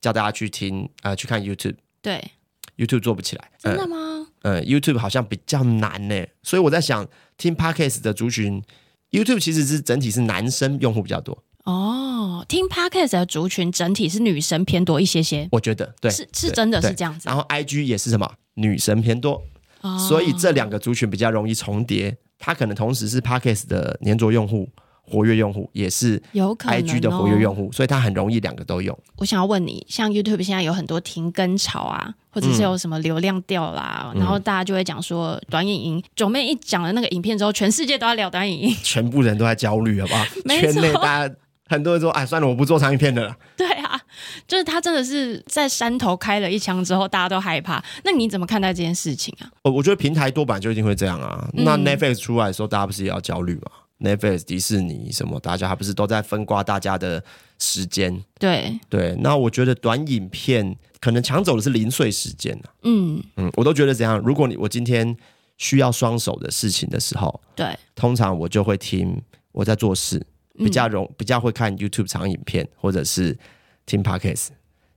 S2: 叫大家去听啊、呃去看 YouTube。
S1: 对，
S2: YouTube 做不起来，
S1: 真
S2: 嗯
S1: 的吗？
S2: 呃，YouTube 好像比较难呢，所以我在想，听 Podcast 的族群，YouTube 其实是整体是男生用户比较多，
S1: 哦，听 Podcast 的族群整体是女生偏多一些些，
S2: 我觉得对。
S1: 是是真的是
S2: 对
S1: 这样子
S2: 然。后 IG 也是什么女生偏多，
S1: 哦
S2: 啊所以这两个族群比较容易重叠。它可能同时是 Podcast 的粘着用户、活跃用户，也是
S1: 有可能
S2: IG 的活跃
S1: 哦
S2: 用户，所以它很容易两个都用。
S1: 我想要问你，像 YouTube 现在有很多停更潮啊，或
S2: 嗯
S1: 者是有什么流量掉啦，然后大家就会讲说短影音。九妹一讲了那个影片之后，全世界都在聊短影音。
S2: 全部人都在焦虑，好不好？
S1: 没错
S2: 圈内大家很多人说，哎，算了，我不做长影片的了。
S1: 对啊，就是他真的是在山头开了一枪之后，大家都害怕。那你怎么看待这件事情啊？
S2: 我我觉得平台多版就一定会这样啊。
S1: 嗯
S2: 那 Netflix 出来的时候，大家不是也要焦虑嘛？Netflix、迪士尼什么，大家还不是都在分刮大家的时间？
S1: 对，
S2: 对，那我觉得短影片可能抢走的是零碎时间啊。
S1: 嗯，
S2: 嗯，我都觉得怎样？如果你我今天需要双手的事情的时候，
S1: 对，
S2: 通常我就会听我在做事，
S1: 嗯
S2: 比较容、比较会看 YouTube 长影片，或者是听 Podcast。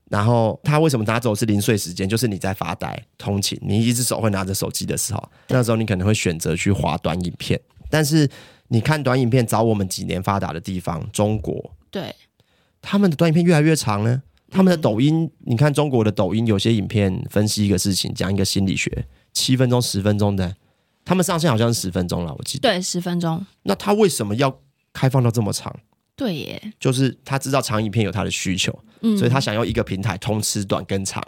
S2: 然后他为什么拿走是零碎时间？就是你在发呆、通勤，你一只手会拿着手机的时候，那时候你可能会选择去划短影片。但是你看短影片，找我们几年发达的地方，中国
S1: 对，
S2: 他们的短影片越来越长呢。他们的抖音，你看中国的抖音，有些影片分析一个事情，讲一个心理学，七分钟、十分钟的，他们上线好像是十分钟了，我记得。
S1: 对，十分钟，
S2: 那他为什么要开放到这么长？
S1: 对耶，
S2: 就是他知道长影片有他的需求，
S1: 嗯，
S2: 所以他想要一个平台通吃短跟长。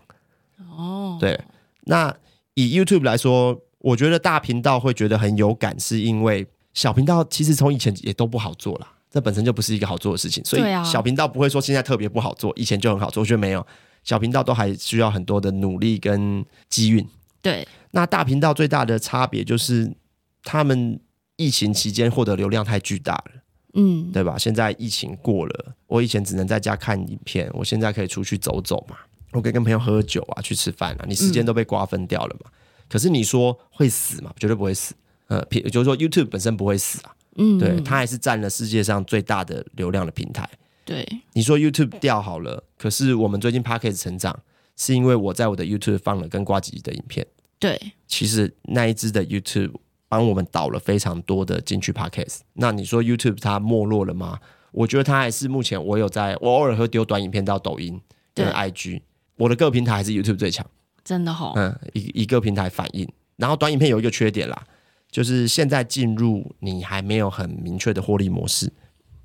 S1: 哦，
S2: 对，那以 YouTube 来说，我觉得大频道会觉得很有感，是因为小频道其实从以前也都不好做啦，这本身就不是一个好做的事情，所以
S1: 对啊
S2: 小频道不会说现在特别不好做，以前就很好做，我觉得没有，小频道都还需要很多的努力跟机运。
S1: 对，
S2: 那大频道最大的差别就是他们疫情期间获得流量太巨大了。
S1: 嗯，
S2: 对吧？现在疫情过了，我以前只能在家看影片，我现在可以出去走走嘛，我可以跟朋友喝酒啊，去吃饭啊，你时间都被瓜分掉了嘛。可是你说会死嘛？绝对不会死。呃，譬就是说 YouTube 本身不会死啊，
S1: 嗯，
S2: 对，它还是占了世界上最大的流量的平台。
S1: 对，
S2: 你说 YouTube 掉好了，可是我们最近 p a c k a g e 成长，是因为我在我的 YouTube 放了跟瓜吉的影片。
S1: 对，
S2: 其实那一支的 YouTube 帮我们导了非常多的进去 Podcast。那你说 YouTube 它没落了吗？我觉得它还是目前我有在，我偶尔会丢短影片到抖音跟
S1: 对
S2: IG，我的各平台还是 YouTube 最强。
S1: 真的吼、
S2: 嗯，一一个平台反应。然后短影片有一个缺点啦，就是现在进入你还没有很明确的获利模式，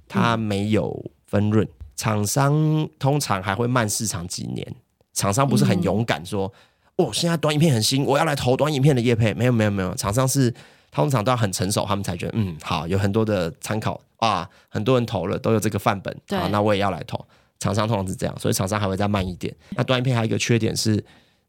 S2: 它没有分润，厂商通常还会慢市场几年。厂商不是很勇敢说，哦，现在短影片很新，我要来投短影片的业配。没有没有没有，厂商是通常都要很成熟，他们才觉得嗯好，有很多的参考啊，很多人投了都有这个范本，
S1: 对
S2: 好，那我也要来投。厂商通常是这样，所以厂商还会再慢一点。那短影片还有一个缺点是，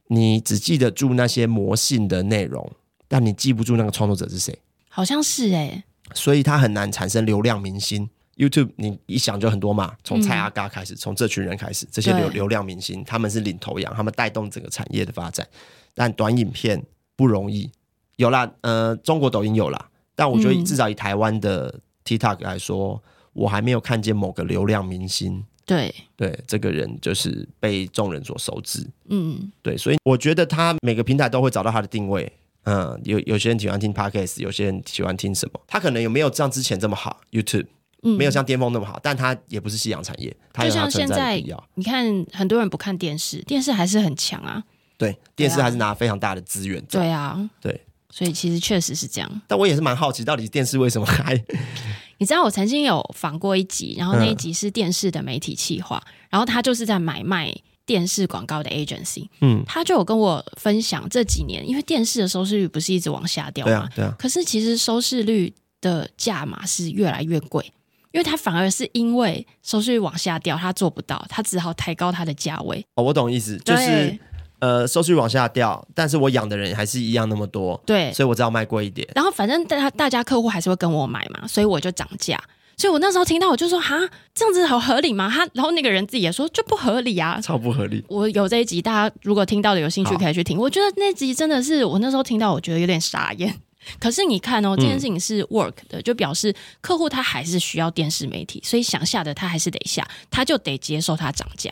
S2: 你只记得住那些魔性的内容，但你记不住那个创作者是谁，
S1: 好像是哎，
S2: 所以它很难产生流量明星。YouTube 你一想就很多嘛，从蔡阿嘎开始，从、这群人开始，这些流
S1: 嗯对
S2: 流量明星他们是领头羊，他们带动整个产业的发展。但短影片不容易，有啦，呃，中国抖音有啦，但我觉得
S1: 嗯
S2: 至少以台湾的 TikTok 来说，我还没有看见某个流量明星
S1: 对，
S2: 对这个人就是被众人所熟知。
S1: 嗯，
S2: 对，所以我觉得他每个平台都会找到他的定位。嗯，有有些人喜欢听 podcast，有些人喜欢听什么？他可能有没有像之前这么好？YouTube
S1: 嗯
S2: 没有像巅峰那么好，但他也不是夕阳产业，他有
S1: 就像
S2: 它存
S1: 现
S2: 在
S1: 在
S2: 的必要。
S1: 你看，很多人不看电视，电视还是很强啊。
S2: 对，电视还是拿非常大的资源。
S1: 对啊，
S2: 对，
S1: 所以其实确实是这样。
S2: 但我也是蛮好奇，到底电视为什么开？
S1: 你知道我曾经有访过一集，然后那一集是电视的媒体企划，然后他就是在买卖电视广告的 agency，
S2: 嗯，
S1: 他就有跟我分享这几年，因为电视的收视率不是一直往下掉
S2: 对
S1: 吗？
S2: 啊，对啊，
S1: 可是其实收视率的价码是越来越贵，因为它反而是因为收视率往下掉，它做不到，它只好抬高它的价位。
S2: 哦，我懂意思，就是
S1: 对
S2: 呃，收视率往下掉，但是我养的人还是一样那么多，
S1: 对，
S2: 所以我只好卖贵一点。
S1: 然后反正大家大家客户还是会跟我买嘛，所以我就涨价。所以我那时候听到我就说哈，这样子好合理吗？他然后那个人自己也说就不合理啊。
S2: 超不合理，
S1: 我有这一集，大家如果听到的有兴趣
S2: 好
S1: 可以去听。我觉得那集真的是我那时候听到，我觉得有点傻眼。 可是你看哦，这件事情是 work 的，就表示客户他还是需要电视媒体，所以想下的他还是得下，他就得接受它涨价。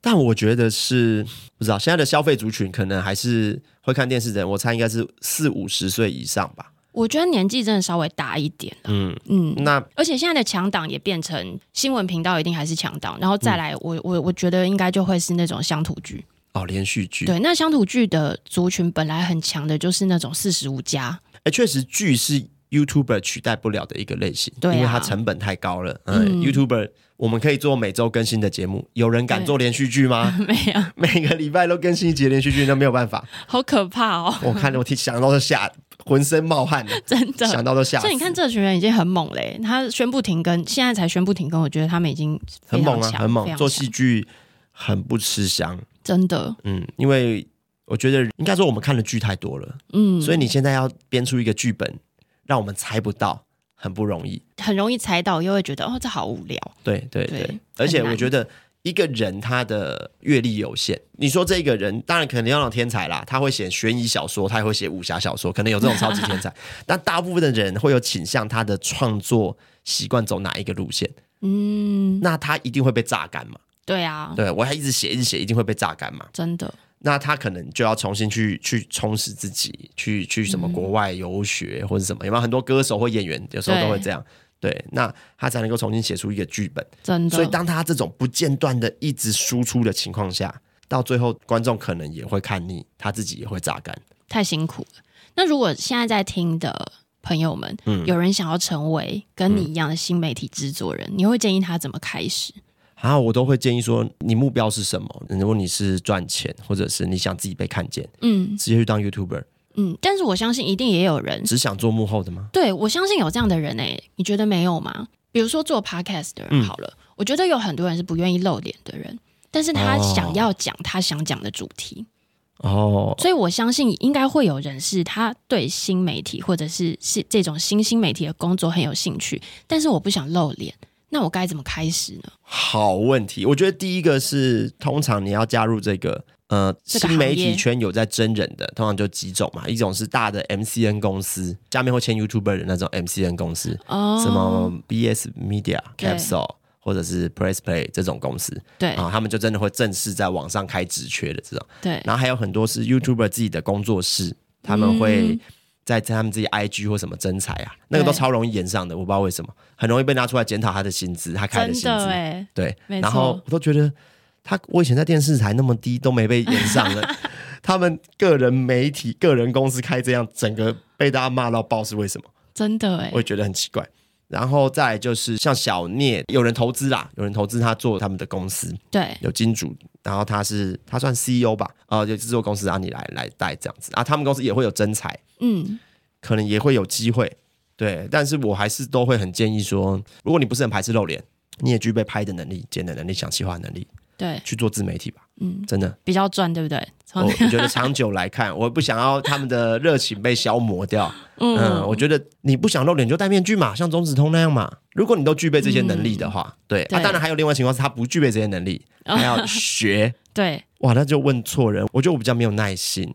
S2: 但我觉得是不知道现在的消费族群可能还是会看电视的人，我猜应该是四五十岁以上吧。
S1: 我觉得年纪真的稍微大一点了，
S2: 嗯，
S1: 嗯，
S2: 那
S1: 而且现在的强档也变成新闻频道，一定还是强档，然后再来我，我我觉得应该就会是那种乡土剧。
S2: 哦，连续剧，
S1: 对，那乡土剧的族群本来很强的，就是那种四十五加，
S2: 哎，确实剧是 YouTuber 取代不了的一个类型，
S1: 对啊
S2: 因为它成本太高了。嗯
S1: 嗯
S2: y o u t u b e r 我们可以做每周更新的节目，有人敢
S1: 对
S2: 做连续 剧吗？
S1: 没有，
S2: 每个礼拜都更新一集连续剧，那没 有办法。
S1: 好可怕哦，
S2: 我看我听想到都吓，浑身冒汗，
S1: 真的。
S2: 想到都吓死。
S1: 所以你看，这群人已经很猛嘞、他宣布停更，现在才宣布停更，我觉得他们已经
S2: 很
S1: 非常
S2: 猛啊，
S1: 强
S2: 很
S1: 非
S2: 猛，
S1: 常
S2: 做
S1: 强
S2: 戏剧很不吃香。
S1: 真的，
S2: 嗯，因为我觉得应该说我们看的剧太多了，
S1: 嗯，
S2: 所以你现在要编出一个剧本，让我们猜不到，很不容易。
S1: 很容易猜到，又会觉得哦，这好无聊。
S2: 对对对，
S1: 对
S2: 而且
S1: 很难
S2: 我觉得一个人他的阅历有限，你说这个人当然可能要有天才啦，他会写悬疑小说，他也会写武侠小说，可能有这种超级 天才，但大部分的人会有倾向他的创作习惯走哪一个路线，
S1: 嗯，
S2: 那他一定会被榨干嘛？
S1: 对啊，
S2: 对我还一直写一直写，一定会被榨干嘛？
S1: 真的，
S2: 那他可能就要重新去去充实自己，去去什
S1: 嗯
S2: 么国外游学或者什么，有没有很多歌手或演员有时候都会这样。对，那他才能够重新写出一个剧本。
S1: 真的。
S2: 所以，当他这种不间断的一直输出的情况下，到最后观众可能也会看腻，他自己也会榨干。
S1: 太辛苦了。那如果现在在听的朋友们，
S2: 嗯
S1: 有人想要成为跟你一样的新媒体制作人，你会建议他怎么开始？
S2: 然啊后我都会建议说，你目标是什么？如果你是赚钱，或者是你想自己被看见，
S1: 嗯
S2: 直接去当 YouTuber，
S1: 嗯，但是我相信一定也有人，
S2: 只想做幕后的吗？
S1: 对我相信有这样的人诶、你觉得没有吗？比如说做 podcast 的
S2: 嗯
S1: 人好了，我觉得有很多人是不愿意露脸的人，但是他
S2: 哦
S1: 想要讲他想讲的主题，
S2: 哦，
S1: 所以我相信应该会有人是他对新媒体或者是是这种新兴媒体的工作很有兴趣，但是我不想露脸，那我该怎么开始呢？
S2: 好问题，我觉得第一个是，通常你要加入这个呃
S1: 这个
S2: 新媒
S1: 行
S2: 体
S1: 业
S2: 圈有在真人的，通常就几种嘛，一种是大的 MCN 公司，下面会签 YouTuber 的那种 MCN 公司，
S1: 哦，
S2: 什么 BS Media、
S1: 对
S2: Capsule 或者是 Press Play 这种公司
S1: 对
S2: 啊，他们就真的会正式在网上开职缺的这种。
S1: 对，
S2: 然后还有很多是 YouTuber 自己的工作室，他们会在在他们自己 IG 或什么征才啊，那个都
S1: 嗯对
S2: 超容易延上的，我不知道为什么，很容易被拿出来检讨他的薪资，他开的
S1: 真
S2: 薪
S1: 的
S2: 资。
S1: 哎，
S2: 对，
S1: 没
S2: 然后
S1: 错
S2: 我都觉得他，我以前在电视台那么低都没被演上 了，他们个人媒体、个人公司开这样，整个被大家骂到爆是为什么？
S1: 真的哎
S2: 我，也觉得很奇怪。然后再来就是像小聂，有人投资啦，有人投资他做他们的公司，
S1: 对，
S2: 有金主，然后他是他算 CEO 吧，啊、有制作公司，然后你来来带这样子啊，他们公司也会有真才，
S1: 嗯，
S2: 可能也会有机会，对，但是我还是都会很建议说，如果你不是很排斥露脸，你也具备拍的能力、剪的能力、想企划的能力，
S1: 对，
S2: 去做自媒体吧，
S1: 嗯，
S2: 真的，
S1: 比较赚，对不对？
S2: 我
S1: 从
S2: 我觉得长久来看， 我不想要他们的热情被消磨掉。嗯
S1: 嗯，
S2: 我觉得你不想露脸就戴面具嘛，像钟子通那样嘛。如果你都具备这些能力的话，对啊，
S1: 嗯对哦
S2: 当然还有另外情况是他不具备这些能力，还要学。
S1: 对，
S2: 哇，那就问错人。我觉得我比较没有耐心，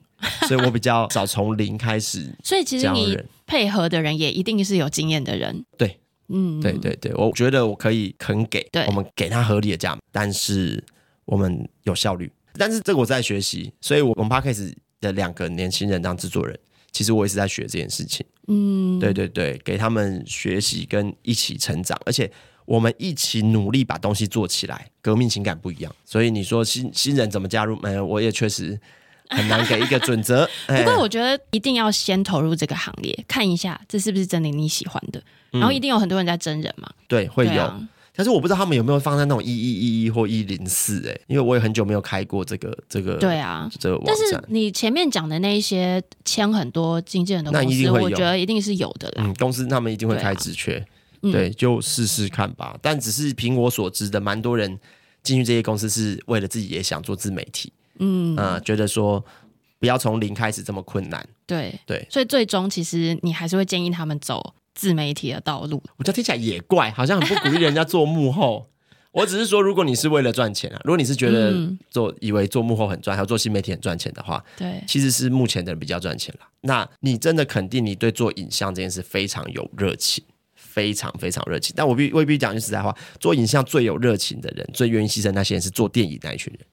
S2: 所以我比较少从零开始
S1: 所 以其实
S2: 教
S1: 你
S2: 人。
S1: 配合的人也一定是有经验的人，
S2: 对，
S1: 嗯，
S2: 对对对，我觉得我可以肯给
S1: 对，
S2: 我们给他合理的价，但是我们有效率。但是这个我在学习，所以我们 p a c k a s 的两个年轻人当制作人，其实我也是在学这件事情。
S1: 嗯，
S2: 对对对，给他们学习跟一起成长，而且我们一起努力把东西做起来，革命情感不一样。所以你说新新人怎么加入？呃，我也确实很难给一个准则。
S1: 不
S2: 哎
S1: 过我觉得一定要先投入这个行业，看一下这是不是真的你喜欢的。然后一定有很多人在真人嘛，
S2: 对，嗯会
S1: 对
S2: 有。
S1: 啊
S2: 但是我不知道他们有没有放在那种一一一一或一零四哎，因为我也很久没有开过这个这个
S1: 对啊。
S2: 这个网
S1: 但是
S2: 站。
S1: 你前面讲的那一些签很多经纪人的
S2: 那
S1: 公
S2: 一定
S1: 司，
S2: 会有
S1: 我觉得一定是有的啦。
S2: 嗯，公司他们一定会
S1: 对啊
S2: 开职缺，
S1: 嗯
S2: 对，就试试看吧。但只是凭我所知的，蛮多人进去这些公司是为了自己也想做自媒体，
S1: 嗯，
S2: 啊，觉得说不要从零开始这么困难。
S1: 对
S2: 对
S1: 所以最终其实你还是会建议他们走自媒体的道路。
S2: 我这样听起来也怪，好像很不鼓励人家做幕后。 我只是说，如果你是为了赚钱啊，如果你是觉得
S1: 嗯
S2: 做、以为做幕后很赚，还有做新媒体很赚钱的话，
S1: 对，
S2: 其实是目前的人比较赚钱啦。那你真的肯定你对做影像这件事非常有热情，非常非常热情。但我必未必讲句实在话，做影像最有热情的人，最愿意牺牲那些人是做电影那一群人。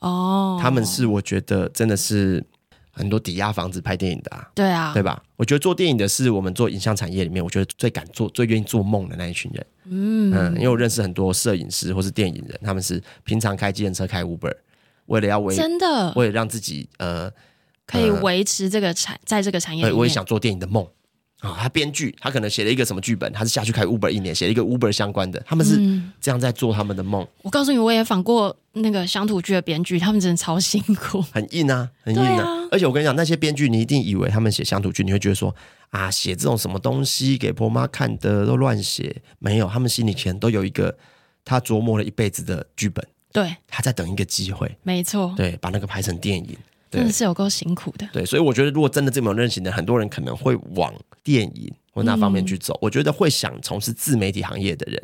S1: 哦，
S2: 他们是我觉得真的是很多抵押房子拍电影的、啊，
S1: 对啊，
S2: 对吧？我觉得做电影的是我们做影像产业里面，我觉得最敢做、最愿意做梦的那一群人。嗯因为我认识很多摄影师或是电影人，他们是平常开机车、开 Uber，为了要维，
S1: 真的
S2: 为了让自己呃
S1: 可以维持这个产在这个产业
S2: 对，
S1: 里
S2: 我也
S1: 面。
S2: 想做电影的梦
S1: 哦
S2: 啊、他编剧，他可能写了一个什么剧本，他是下去开 Uber 一年，写了一个 Uber 相关的，他们
S1: 嗯
S2: 是这样在做他们的梦，
S1: 我告诉你，我也访过那个乡土剧的编剧，他们真的超辛苦。
S2: 很硬啊，很硬啊。
S1: 对啊
S2: 而且我跟你讲，那些编剧，你一定以为他们写乡土剧，你会觉得说啊，写这种什么东西给婆妈看的都乱写，没有，他们心里前都有一个他琢磨了一辈子的剧本，
S1: 对，
S2: 他在等一个机会，
S1: 没错，
S2: 对，把那个拍成电影。
S1: 真
S2: 对
S1: 的是有够辛苦的。
S2: 对，所以我觉得，如果真的这么有韧性的，很多人可能会往电影或那方面去走。我觉得会想从事自媒体行业的人，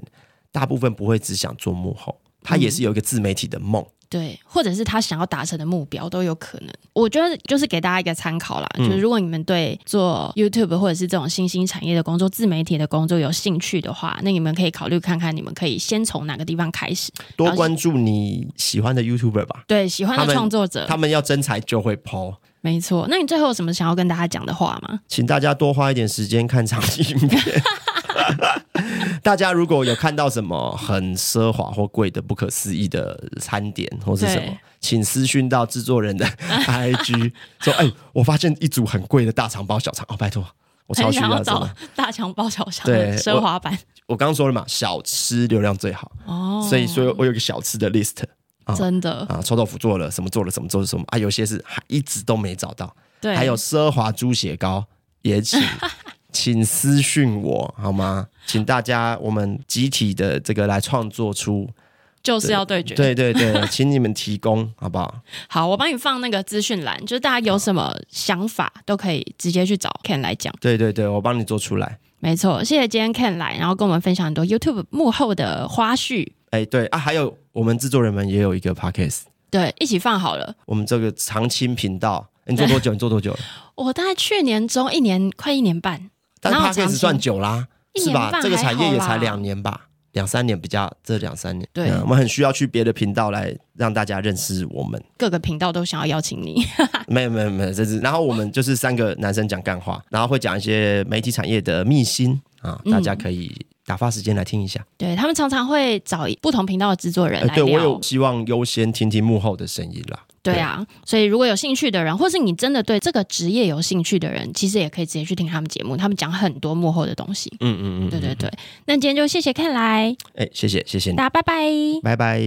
S2: 大部分不会只想做幕后，他也是有一个自媒体的梦。
S1: 对，或者是他想要达成的目标都有可能。我觉得就是给大家一个参考啦，
S2: 嗯
S1: 就是如果你们对做 YouTube 或者是这种新兴产业的工作、自媒体的工作有兴趣的话，那你们可以考虑看看，你们可以先从哪个地方开始。
S2: 多关注你喜欢的 YouTuber 吧，
S1: 对，喜欢
S2: 他
S1: 的
S2: 们
S1: 创作者
S2: 他，们要真才就会抛。
S1: 没错。那你最后有什么想要跟大家讲的话吗？
S2: 请大家多花一点时间看长影 片。大家如果有看到什么很奢华或贵的、不可思议的餐点或是什么
S1: 对，
S2: 请私讯到制作人的 IG 说：“哎、我发现一组很贵的大肠包小肠哦，拜托，我超
S1: 很
S2: 需
S1: 想要
S2: 要这
S1: 找
S2: 个。
S1: 大强包小强
S2: 对
S1: 的奢
S2: 我
S1: 华版
S2: 我刚刚说了嘛，小吃流量最好，
S1: 哦，
S2: 所以所以我有个小吃的 list 啊
S1: 真的
S2: 啊，臭豆腐做了什么做了什么做了什么啊，有些是还一直都没找到。
S1: 对，
S2: 还有奢华猪血糕，也请请私讯我好吗？请大家我们集体的这个来创作出，
S1: 就是要对决。
S2: 对对对，请你们提供好不好？
S1: 好，我帮你放那个资讯栏，就是大家有什么想法都可以直接去找 Ken 来讲。
S2: 对对对，我帮你做出来。
S1: 没错，谢谢今天 Ken 来，然后跟我们分享很多 YouTube 幕后的花絮。
S2: 哎，对啊，还有我们制作人们也有一个 podcast，
S1: 对，一起放好了。
S2: 我们这个常青频道，哎你做多久？你做多久了？
S1: 我大概去年中一年快一年半，
S2: 但是
S1: 哪有常
S2: podcast
S1: 青
S2: 算久啦，
S1: 一
S2: 是
S1: 年半
S2: 吧？这个产业
S1: 还
S2: 也
S1: 好
S2: 才
S1: 啦
S2: 两年吧。两三年比较，这两三年，
S1: 对
S2: 嗯我们很需要去别的频道来让大家认识我们。
S1: 各个频道都想要邀请你。
S2: 没有没有没有，这是然后我们就是三个男生讲干话，然后会讲一些媒体产业的秘辛啊，大家可以打发时间来听一下。
S1: 对他们常常会找不同频道的制作人
S2: 呃
S1: 来
S2: 对
S1: 聊。
S2: 我有希望优先听听幕后的声音啦。
S1: 对啊，所以如果有兴趣的人，或是你真的对这个职业有兴趣的人，其实也可以直接去听他们节目，他们讲很多幕后的东西。
S2: 对，嗯嗯嗯，
S1: 对对对，那今天就谢谢 Ken 来，
S2: 哎、谢谢谢谢你，
S1: 大家拜拜。
S2: 拜拜。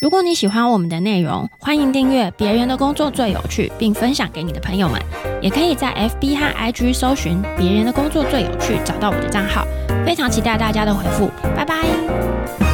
S1: 如果你喜欢我们的内容，欢迎订阅《别人的工作最有趣》，并分享给你的朋友们。也可以在 FB 和 IG 搜寻“别人的工作最有趣”，找到我的账号。非常期待大家的回复，拜拜。